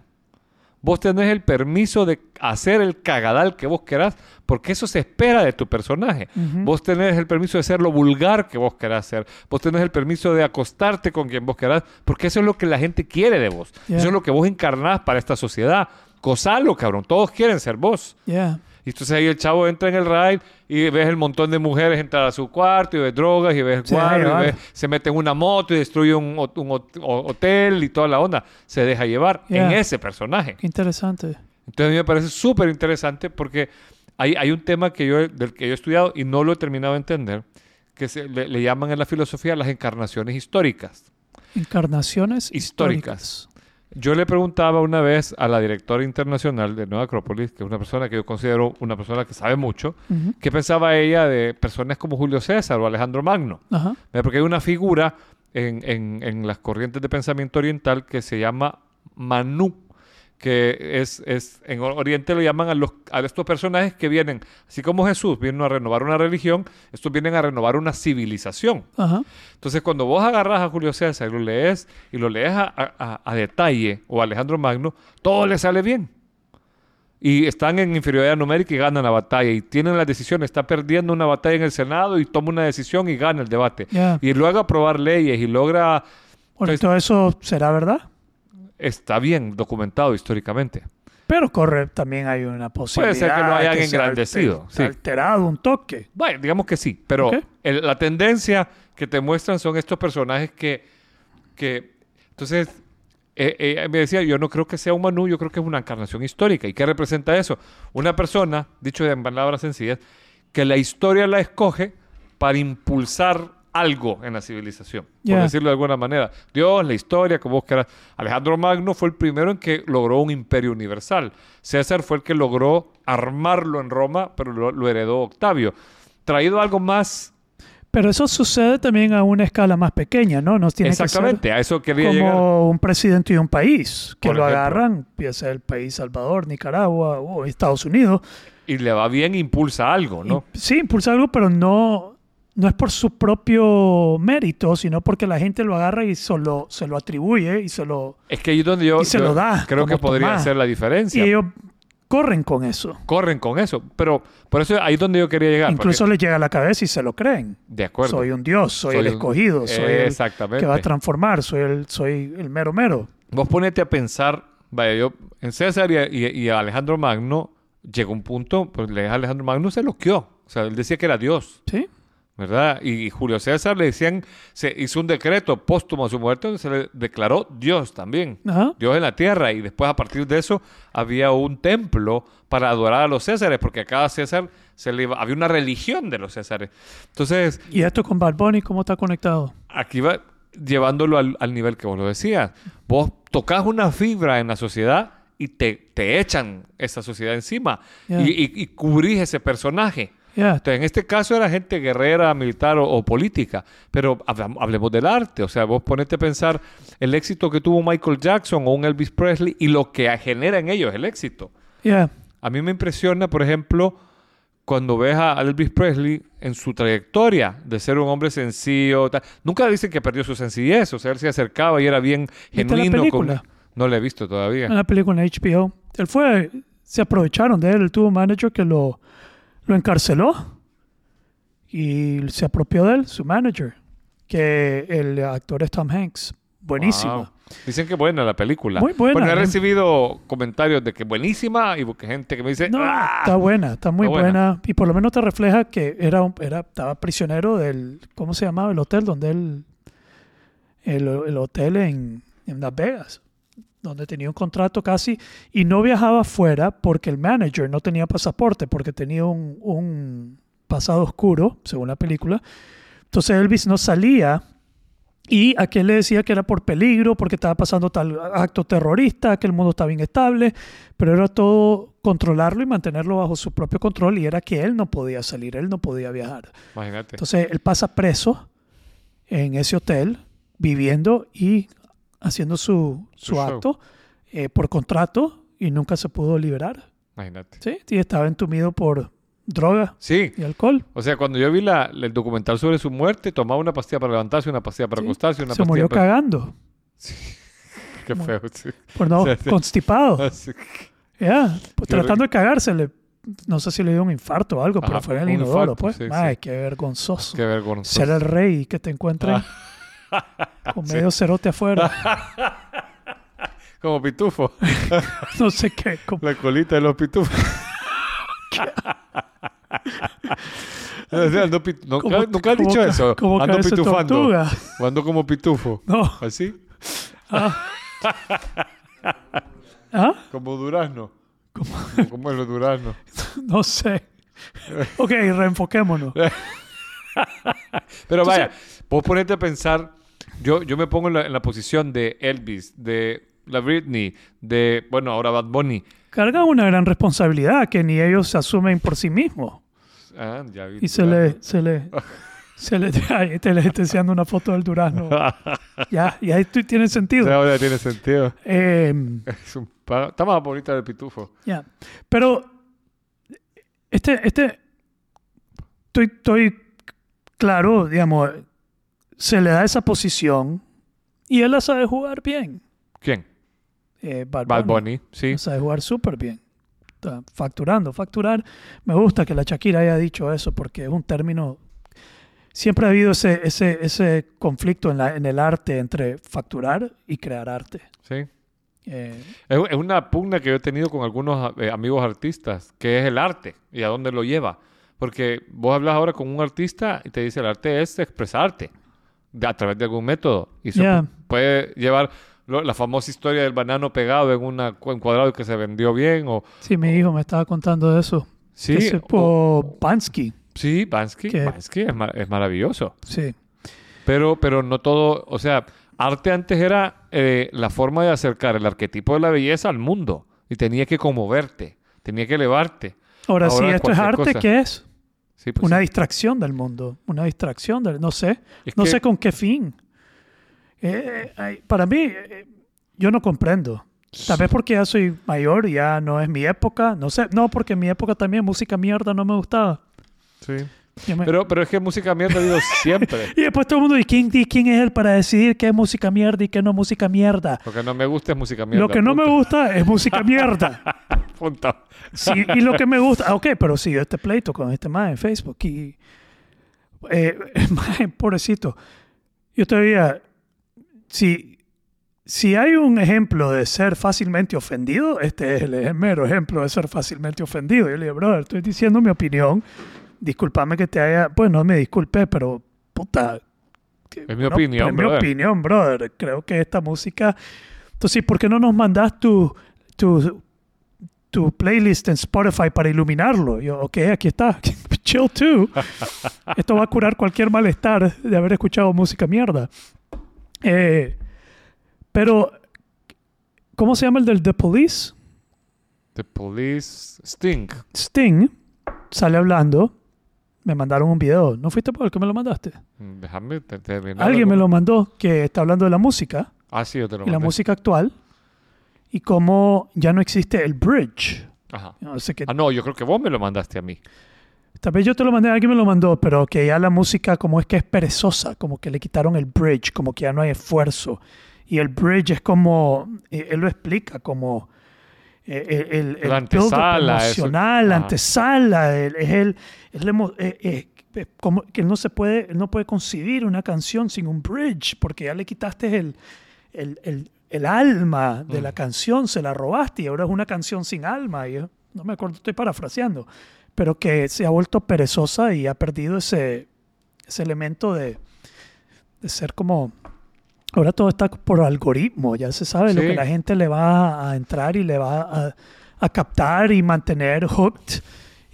Speaker 2: Vos tenés el permiso de hacer el cagadal que vos querás, porque eso se espera de tu personaje. Vos tenés el permiso de ser lo vulgar que vos querás ser. Vos tenés el permiso de acostarte con quien vos querás, porque eso es lo que la gente quiere de vos.
Speaker 1: Yeah.
Speaker 2: Eso es lo que vos encarnás para esta sociedad. Gozalo, cabrón. Todos quieren ser vos.
Speaker 1: Yeah.
Speaker 2: Y entonces ahí el chavo entra en el ride y ves el montón de mujeres entrar a su cuarto y ves drogas y ves el
Speaker 1: Sí,
Speaker 2: cuadro y
Speaker 1: vale.
Speaker 2: ves- se mete en una moto y destruye un, hot- un hot- o- hotel y toda la onda. Se deja llevar
Speaker 1: Yeah.
Speaker 2: en ese personaje.
Speaker 1: Qué interesante.
Speaker 2: Entonces a mí me parece súper interesante porque hay, hay un tema que yo, del que yo he estudiado y no lo he terminado de entender, que se- le, le llaman en la filosofía las encarnaciones históricas.
Speaker 1: Encarnaciones
Speaker 2: Históricas. Yo le preguntaba una vez a la directora internacional de Nueva Acrópolis, que es una persona que yo considero una persona que sabe mucho,
Speaker 1: Ujú.
Speaker 2: ¿Qué pensaba ella de personas como Julio César o Alejandro Magno?
Speaker 1: Ajá.
Speaker 2: ¿Verdad? Porque hay una figura en, en- en las corrientes de pensamiento oriental que se llama Manu, que es, es en Or- Oriente le llaman a, los, a estos personajes que vienen, así como Jesús vino a renovar una religión, estos vienen a renovar una civilización.
Speaker 1: Ajá.
Speaker 2: Entonces, cuando vos agarras a Julio César y lo lees, y lo lees a, a- a- a detalle, o a Alejandro Magno, todo le sale bien. Y están en inferioridad numérica y ganan la batalla. Y tienen las decisiones. Está perdiendo una batalla en el Senado y toma una decisión y gana el debate.
Speaker 1: Ya.
Speaker 2: Y luego aprobar leyes y logra...
Speaker 1: Bueno,
Speaker 2: Entonces-
Speaker 1: todo eso será verdad.
Speaker 2: Está bien documentado históricamente.
Speaker 1: Pero corre, también hay una posibilidad.
Speaker 2: ser que lo hayan
Speaker 1: se ha
Speaker 2: engrandecido,
Speaker 1: alter-
Speaker 2: sí.
Speaker 1: Alterado un toque.
Speaker 2: Bueno, digamos que sí, pero
Speaker 1: Ok.
Speaker 2: el- la tendencia que te muestran son estos personajes que... que entonces, eh, eh, me decía, yo no creo que sea un Manu, yo creo que es una encarnación histórica. ¿Y qué representa eso? Una persona, dicho en palabras sencillas, que la historia la escoge para impulsar algo en la civilización,
Speaker 1: Ya.
Speaker 2: por decirlo de alguna manera. Dios, la historia, como vos quieras. Alejandro Magno fue el primero en que logró un imperio universal. César fue el que logró armarlo en Roma, pero lo, lo heredó Octavio. Traído algo más
Speaker 1: Pero eso sucede también a una escala más pequeña, ¿no? No tiene
Speaker 2: exactamente, a eso
Speaker 1: que
Speaker 2: quería
Speaker 1: ser
Speaker 2: llegar.
Speaker 1: como un presidente de un país que
Speaker 2: Por
Speaker 1: lo
Speaker 2: ejemplo.
Speaker 1: agarran, ya sea el país Salvador, Nicaragua o Estados Unidos.
Speaker 2: Y le va bien, impulsa algo, ¿no?
Speaker 1: Y- sí, impulsa algo, pero no, no es por su propio mérito, sino porque la gente lo agarra y se lo, se lo atribuye y se lo...
Speaker 2: Es que ahí es donde yo,
Speaker 1: Y se
Speaker 2: yo
Speaker 1: lo da
Speaker 2: creo
Speaker 1: como
Speaker 2: que podría
Speaker 1: Tomás.
Speaker 2: hacer la
Speaker 1: Y
Speaker 2: diferencia.
Speaker 1: ellos corren con eso.
Speaker 2: Corren con eso, pero por eso ahí es donde yo quería llegar. porque-
Speaker 1: Incluso les llega a la cabeza y se lo creen.
Speaker 2: de acuerdo.
Speaker 1: Soy un dios, soy, el
Speaker 2: Soy un-
Speaker 1: escogido, soy el
Speaker 2: Exactamente.
Speaker 1: que va a transformar, soy el, soy el mero mero.
Speaker 2: Vos ponete a pensar, vaya, yo en César y, y- y a Alejandro Magno llegó un punto, pues le- Alejandro Magno se loqueó. O sea, él decía que era Dios,
Speaker 1: ¿Sí?
Speaker 2: ¿verdad? Y, Julio César le decían, se hizo un decreto póstumo a su muerte donde se le declaró Dios también.
Speaker 1: Ajá.
Speaker 2: Dios en la tierra. Y después, a partir de eso, había un templo para adorar a los Césares, porque a cada César se le iba- había una religión de los Césares. Entonces,
Speaker 1: ¿Y esto con Bad Bunny cómo está conectado?
Speaker 2: aquí va llevándolo al, al nivel que vos lo decías. Vos tocas una fibra en la sociedad y te, te echan esa sociedad encima
Speaker 1: Ya.
Speaker 2: y, y- y cubrís ese personaje.
Speaker 1: Ya,
Speaker 2: Entonces, en este caso era gente guerrera, militar o, o política, pero hablam- hablemos del arte. O sea, vos ponete a pensar el éxito que tuvo Michael Jackson o un Elvis Presley y lo que genera en ellos el éxito.
Speaker 1: ya,
Speaker 2: A mí me impresiona, por ejemplo, cuando ves a Elvis Presley en su trayectoria de ser un hombre sencillo. tal. Nunca dicen que perdió su sencillez. O sea, él se acercaba y era bien
Speaker 1: ¿Viste la
Speaker 2: genuino.
Speaker 1: película?
Speaker 2: No la he visto todavía.
Speaker 1: Una película en HBO. Él fue, se aprovecharon de él, él tuvo un manager que lo, lo encarceló y se apropió de él, su manager, que el actor es Tom Hanks. Buenísimo.
Speaker 2: Wow. Dicen que buena la película.
Speaker 1: Muy buena, ¿eh?
Speaker 2: Bueno, he
Speaker 1: ¿no?
Speaker 2: recibido comentarios de que buenísima y que gente que me dice...
Speaker 1: No,
Speaker 2: "Ah".
Speaker 1: está buena, está muy
Speaker 2: Está
Speaker 1: buena.
Speaker 2: buena.
Speaker 1: Y por lo menos te refleja que era, un- era estaba prisionero del, ¿cómo se llamaba? El hotel donde él, el, el hotel en, en Las Vegas, donde tenía un contrato casi y no viajaba fuera porque el manager no tenía pasaporte, porque tenía un, un pasado oscuro, según la película. Entonces Elvis no salía Y aquel le decía que era por peligro, porque estaba pasando tal acto terrorista, que el mundo estaba inestable, pero era todo controlarlo y mantenerlo bajo su propio control y era que él no podía salir, él no podía viajar.
Speaker 2: Imagínate.
Speaker 1: Entonces él pasa preso en ese hotel, viviendo y haciendo su,
Speaker 2: Su
Speaker 1: su,
Speaker 2: show.
Speaker 1: acto eh, por contrato y nunca se pudo liberar.
Speaker 2: Imagínate.
Speaker 1: ¿sí? Y estaba entumido por droga
Speaker 2: Sí.
Speaker 1: y alcohol.
Speaker 2: O sea, cuando yo vi la, el documental sobre su muerte, tomaba una pastilla para levantarse, una pastilla para
Speaker 1: Sí.
Speaker 2: acostarse, una
Speaker 1: se
Speaker 2: pastilla pues.
Speaker 1: murió
Speaker 2: para...
Speaker 1: cagando,
Speaker 2: Qué
Speaker 1: Mu-
Speaker 2: feo. sí.
Speaker 1: por no,
Speaker 2: sea, sí.
Speaker 1: constipado.
Speaker 2: Así que-
Speaker 1: Ya, pues,
Speaker 2: Qué
Speaker 1: tratando de cagársele. No sé si le dio un infarto o algo,
Speaker 2: Ajá,
Speaker 1: pero fue en
Speaker 2: un
Speaker 1: el inodoro,
Speaker 2: infarto,
Speaker 1: pues.
Speaker 2: sí,
Speaker 1: Ay,
Speaker 2: sí.
Speaker 1: qué vergonzoso.
Speaker 2: Qué vergüenza.
Speaker 1: Ser el rey y que te encuentren
Speaker 2: Ah.
Speaker 1: con medio cerote afuera.
Speaker 2: Como pitufo.
Speaker 1: No sé qué. como-
Speaker 2: La colita de los pitufos. O sea, ando pit- no,
Speaker 1: como-
Speaker 2: nunca, nunca has
Speaker 1: como
Speaker 2: dicho
Speaker 1: ca-
Speaker 2: eso.
Speaker 1: Como
Speaker 2: ando
Speaker 1: cabeza de
Speaker 2: pitufando.
Speaker 1: tortuga.
Speaker 2: O ando como pitufo.
Speaker 1: No.
Speaker 2: Así,
Speaker 1: ¿Ah?
Speaker 2: como durazno.
Speaker 1: Como-
Speaker 2: Como, como los duraznos.
Speaker 1: No sé. Ok, reenfoquémonos.
Speaker 2: Pero vaya, vos ponete a pensar, yo, yo me pongo en la, en la posición de Elvis, de la Britney, de, bueno, ahora Bad Bunny.
Speaker 1: Cargan una gran responsabilidad que ni ellos se asumen por sí mismos.
Speaker 2: Ah, ya vi.
Speaker 1: Y se le, se le, se le, ahí te les estoy enseñando una foto del durazno. Ya, y ahí tú- tiene
Speaker 2: O sea,
Speaker 1: sentido.
Speaker 2: ahora tiene sentido.
Speaker 1: Em,
Speaker 2: Es un pa- Está más bonita del pitufo.
Speaker 1: Ya. Pero este, este, estoy, estoy claro, digamos, se le da esa posición y él la sabe jugar bien.
Speaker 2: ¿Quién?
Speaker 1: Eh, Bad,
Speaker 2: Bad
Speaker 1: Bunny
Speaker 2: Bunny, sí.
Speaker 1: la sabe jugar súper bien. Está facturando, facturar. Me gusta que la Shakira haya dicho eso porque es un término... Siempre ha habido ese, ese, ese conflicto en, la, en el arte entre facturar y crear arte.
Speaker 2: sí.
Speaker 1: Eh,
Speaker 2: Es, es una pugna que yo he tenido con algunos eh, amigos artistas, que es el arte y a dónde lo lleva. Porque vos hablas ahora con un artista y te dice el arte es expresarte de- a través de algún método. Y eso
Speaker 1: Yeah.
Speaker 2: pu- puede llevar lo- la famosa historia del banano pegado en una, cu- en cuadrado que se vendió bien. O,
Speaker 1: sí, mi hijo me estaba contando de eso.
Speaker 2: sí,
Speaker 1: Que se-
Speaker 2: o-
Speaker 1: por Bansky.
Speaker 2: sí, Bansky,
Speaker 1: que-
Speaker 2: Bansky es, ma- es maravilloso.
Speaker 1: Sí.
Speaker 2: Pero, pero no todo, o sea, arte antes era eh, la forma de acercar el arquetipo de la belleza al mundo y tenía que conmoverte, tenía que elevarte.
Speaker 1: Ahora,
Speaker 2: Ahora,
Speaker 1: si esto es
Speaker 2: cualquier
Speaker 1: arte,
Speaker 2: cosa.
Speaker 1: ¿qué es?
Speaker 2: Sí, pues
Speaker 1: Una
Speaker 2: sí.
Speaker 1: distracción del mundo. Una distracción del... No sé.
Speaker 2: Es
Speaker 1: no
Speaker 2: que-
Speaker 1: sé con qué fin. Eh, ay, para mí, eh, yo no comprendo. Tal vez porque ya soy mayor, ya no es mi época. No sé. No, porque en mi época también música mierda no me gustaba.
Speaker 2: Sí.
Speaker 1: Yo me-
Speaker 2: Pero, pero es que música mierda ha habido siempre.
Speaker 1: Y después todo el mundo, ¿y quién, y quién es él para decidir qué es música mierda y qué no es música mierda?
Speaker 2: Lo que no me gusta es música mierda.
Speaker 1: Lo que no me gusta es música mierda.
Speaker 2: gusta. Punto.
Speaker 1: Sí, y lo que me gusta, ah, ok, pero sí, este pleito con este más en Facebook y eh, mae, pobrecito. Yo todavía, si, si hay un ejemplo de ser fácilmente ofendido, este es el, el mero ejemplo de ser fácilmente ofendido. Yo le dije, brother, estoy diciendo mi opinión. Discúlpame que te haya, pues no me disculpe, pero puta. que-
Speaker 2: Es mi opinión,
Speaker 1: Es mi
Speaker 2: brother.
Speaker 1: opinión, brother. Creo que esta música. Entonces, ¿por qué no nos mandas tu, tu, tu playlist en Spotify para iluminarlo? Yo, ok, aquí está. Chill too. Esto va a curar cualquier malestar de haber escuchado música mierda. Eh, pero, ¿cómo se llama el del The Police?
Speaker 2: The Police Stink.
Speaker 1: Sting sale hablando. Me mandaron un video. ¿No fuiste por el que me lo mandaste?
Speaker 2: Mm, Déjame te- terminar.
Speaker 1: Alguien me
Speaker 2: algo.
Speaker 1: lo mandó que está hablando de la música
Speaker 2: Ah, sí, yo te lo
Speaker 1: y la
Speaker 2: mandé.
Speaker 1: música actual y cómo ya no existe el bridge.
Speaker 2: Ajá.
Speaker 1: No sé qué
Speaker 2: Ah, no, yo creo que vos me lo mandaste a mí.
Speaker 1: Tal vez yo te lo mandé, alguien me lo mandó, pero que ya la música como es que es perezosa, como que le quitaron el bridge, como que ya no hay esfuerzo. Y el bridge es como, eh, él lo explica, como eh, eh, el, el build-up
Speaker 2: La antesala, eso. Ah.
Speaker 1: emocional, la
Speaker 2: Ajá.
Speaker 1: antesala, el- es el, es la emo- eh, eh, eh, como que él no se puede, él no puede concebir una canción sin un bridge, porque ya le quitaste el, el, el- el alma de la canción, se la robaste y ahora es una canción sin alma. y yo- no me acuerdo, estoy parafraseando, pero que se ha vuelto perezosa y ha perdido ese, ese elemento de, de ser como... Ahora todo está por algoritmo, ya se sabe lo
Speaker 2: Sí.
Speaker 1: que la gente le va a entrar y le va a, a captar y mantener hooked.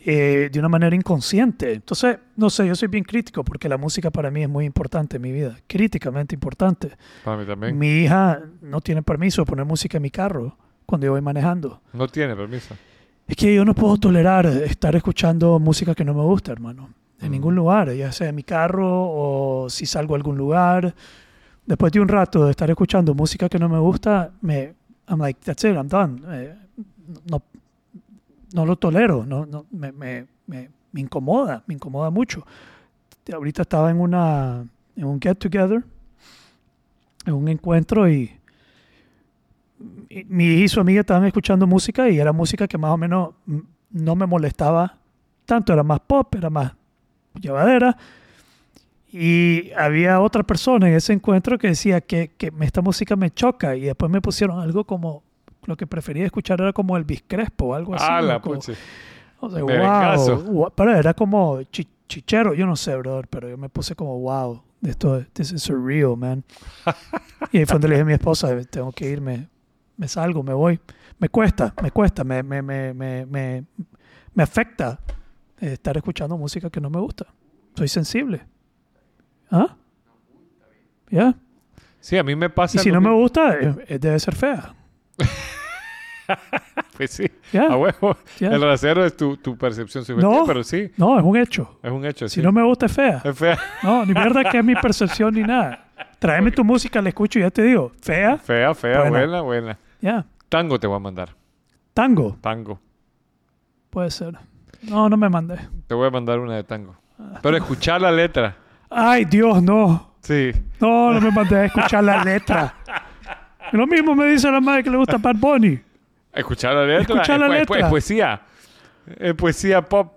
Speaker 1: eh, de una manera inconsciente. Entonces, no sé, yo soy bien crítico porque la música para mí es muy importante en mi vida, críticamente importante.
Speaker 2: Para mí también.
Speaker 1: Mi hija no tiene permiso de poner música en mi carro cuando yo voy manejando.
Speaker 2: No tiene permiso.
Speaker 1: Es que yo no puedo tolerar estar escuchando música que no me gusta, hermano. En
Speaker 2: Mm.
Speaker 1: ningún lugar, ya sea en mi carro o si salgo a algún lugar. Después de un rato de estar escuchando música que no me gusta, me, I'm like, that's it, I'm done. Eh, no, no lo tolero, no, no, me, me- me- me incomoda, me incomoda mucho. Ahorita estaba en, una, en un get together, en un encuentro y y mi hija y su amiga estaban escuchando música y era música que más o menos mm, no me molestaba tanto, era más pop, era más llevadera. Y había otra persona en ese encuentro que decía que, que me- esta música me choca y después me pusieron algo como, lo que prefería escuchar era como Elvis Crespo o algo así.
Speaker 2: Ah,
Speaker 1: ¿no?
Speaker 2: la
Speaker 1: Como-
Speaker 2: pucha.
Speaker 1: o sea,
Speaker 2: Me
Speaker 1: wow,
Speaker 2: vengazo.
Speaker 1: gua- Pero era como chi- chichero, yo no sé, brother, pero yo me puse como wow. Esto, es- this is surreal, man. y ahí fue donde le dije a mi esposa, tengo que irme, me salgo, me voy. Me cuesta, me cuesta, me, me, me, me, me, me afecta eh, estar escuchando música que no me gusta. Soy sensible. ¿Ah? ¿Ya?
Speaker 2: Sí, a mí me pasa.
Speaker 1: Y si
Speaker 2: lo
Speaker 1: no me
Speaker 2: mismo.
Speaker 1: gusta, eh, eh, debe ser fea.
Speaker 2: Pues sí.
Speaker 1: ¿Ya?
Speaker 2: A huevo.
Speaker 1: ya.
Speaker 2: El rasero es tu, tu percepción subjetiva,
Speaker 1: No.
Speaker 2: pero sí,
Speaker 1: No, es un hecho.
Speaker 2: es un hecho.
Speaker 1: Si
Speaker 2: sí.
Speaker 1: no me gusta, es fea.
Speaker 2: Es fea.
Speaker 1: No, ni mierda que es mi percepción ni nada. Tráeme tu música, la escucho y ya te digo. Fea,
Speaker 2: Fea, fea,
Speaker 1: Buena.
Speaker 2: buena, buena.
Speaker 1: ya.
Speaker 2: Tango te voy a mandar.
Speaker 1: Tango,
Speaker 2: Tango.
Speaker 1: puede ser. No, no me mandé.
Speaker 2: Te voy a mandar una de tango.
Speaker 1: Ah.
Speaker 2: Pero escuchar la letra.
Speaker 1: Ay, Dios, no.
Speaker 2: Sí.
Speaker 1: No, no me mandé a escuchar la letra. Lo mismo me dice la madre que le gusta Bad Bunny.
Speaker 2: Escuchar la letra.
Speaker 1: Escuchar la
Speaker 2: es, po- es
Speaker 1: letra.
Speaker 2: poesía. Es poesía pop.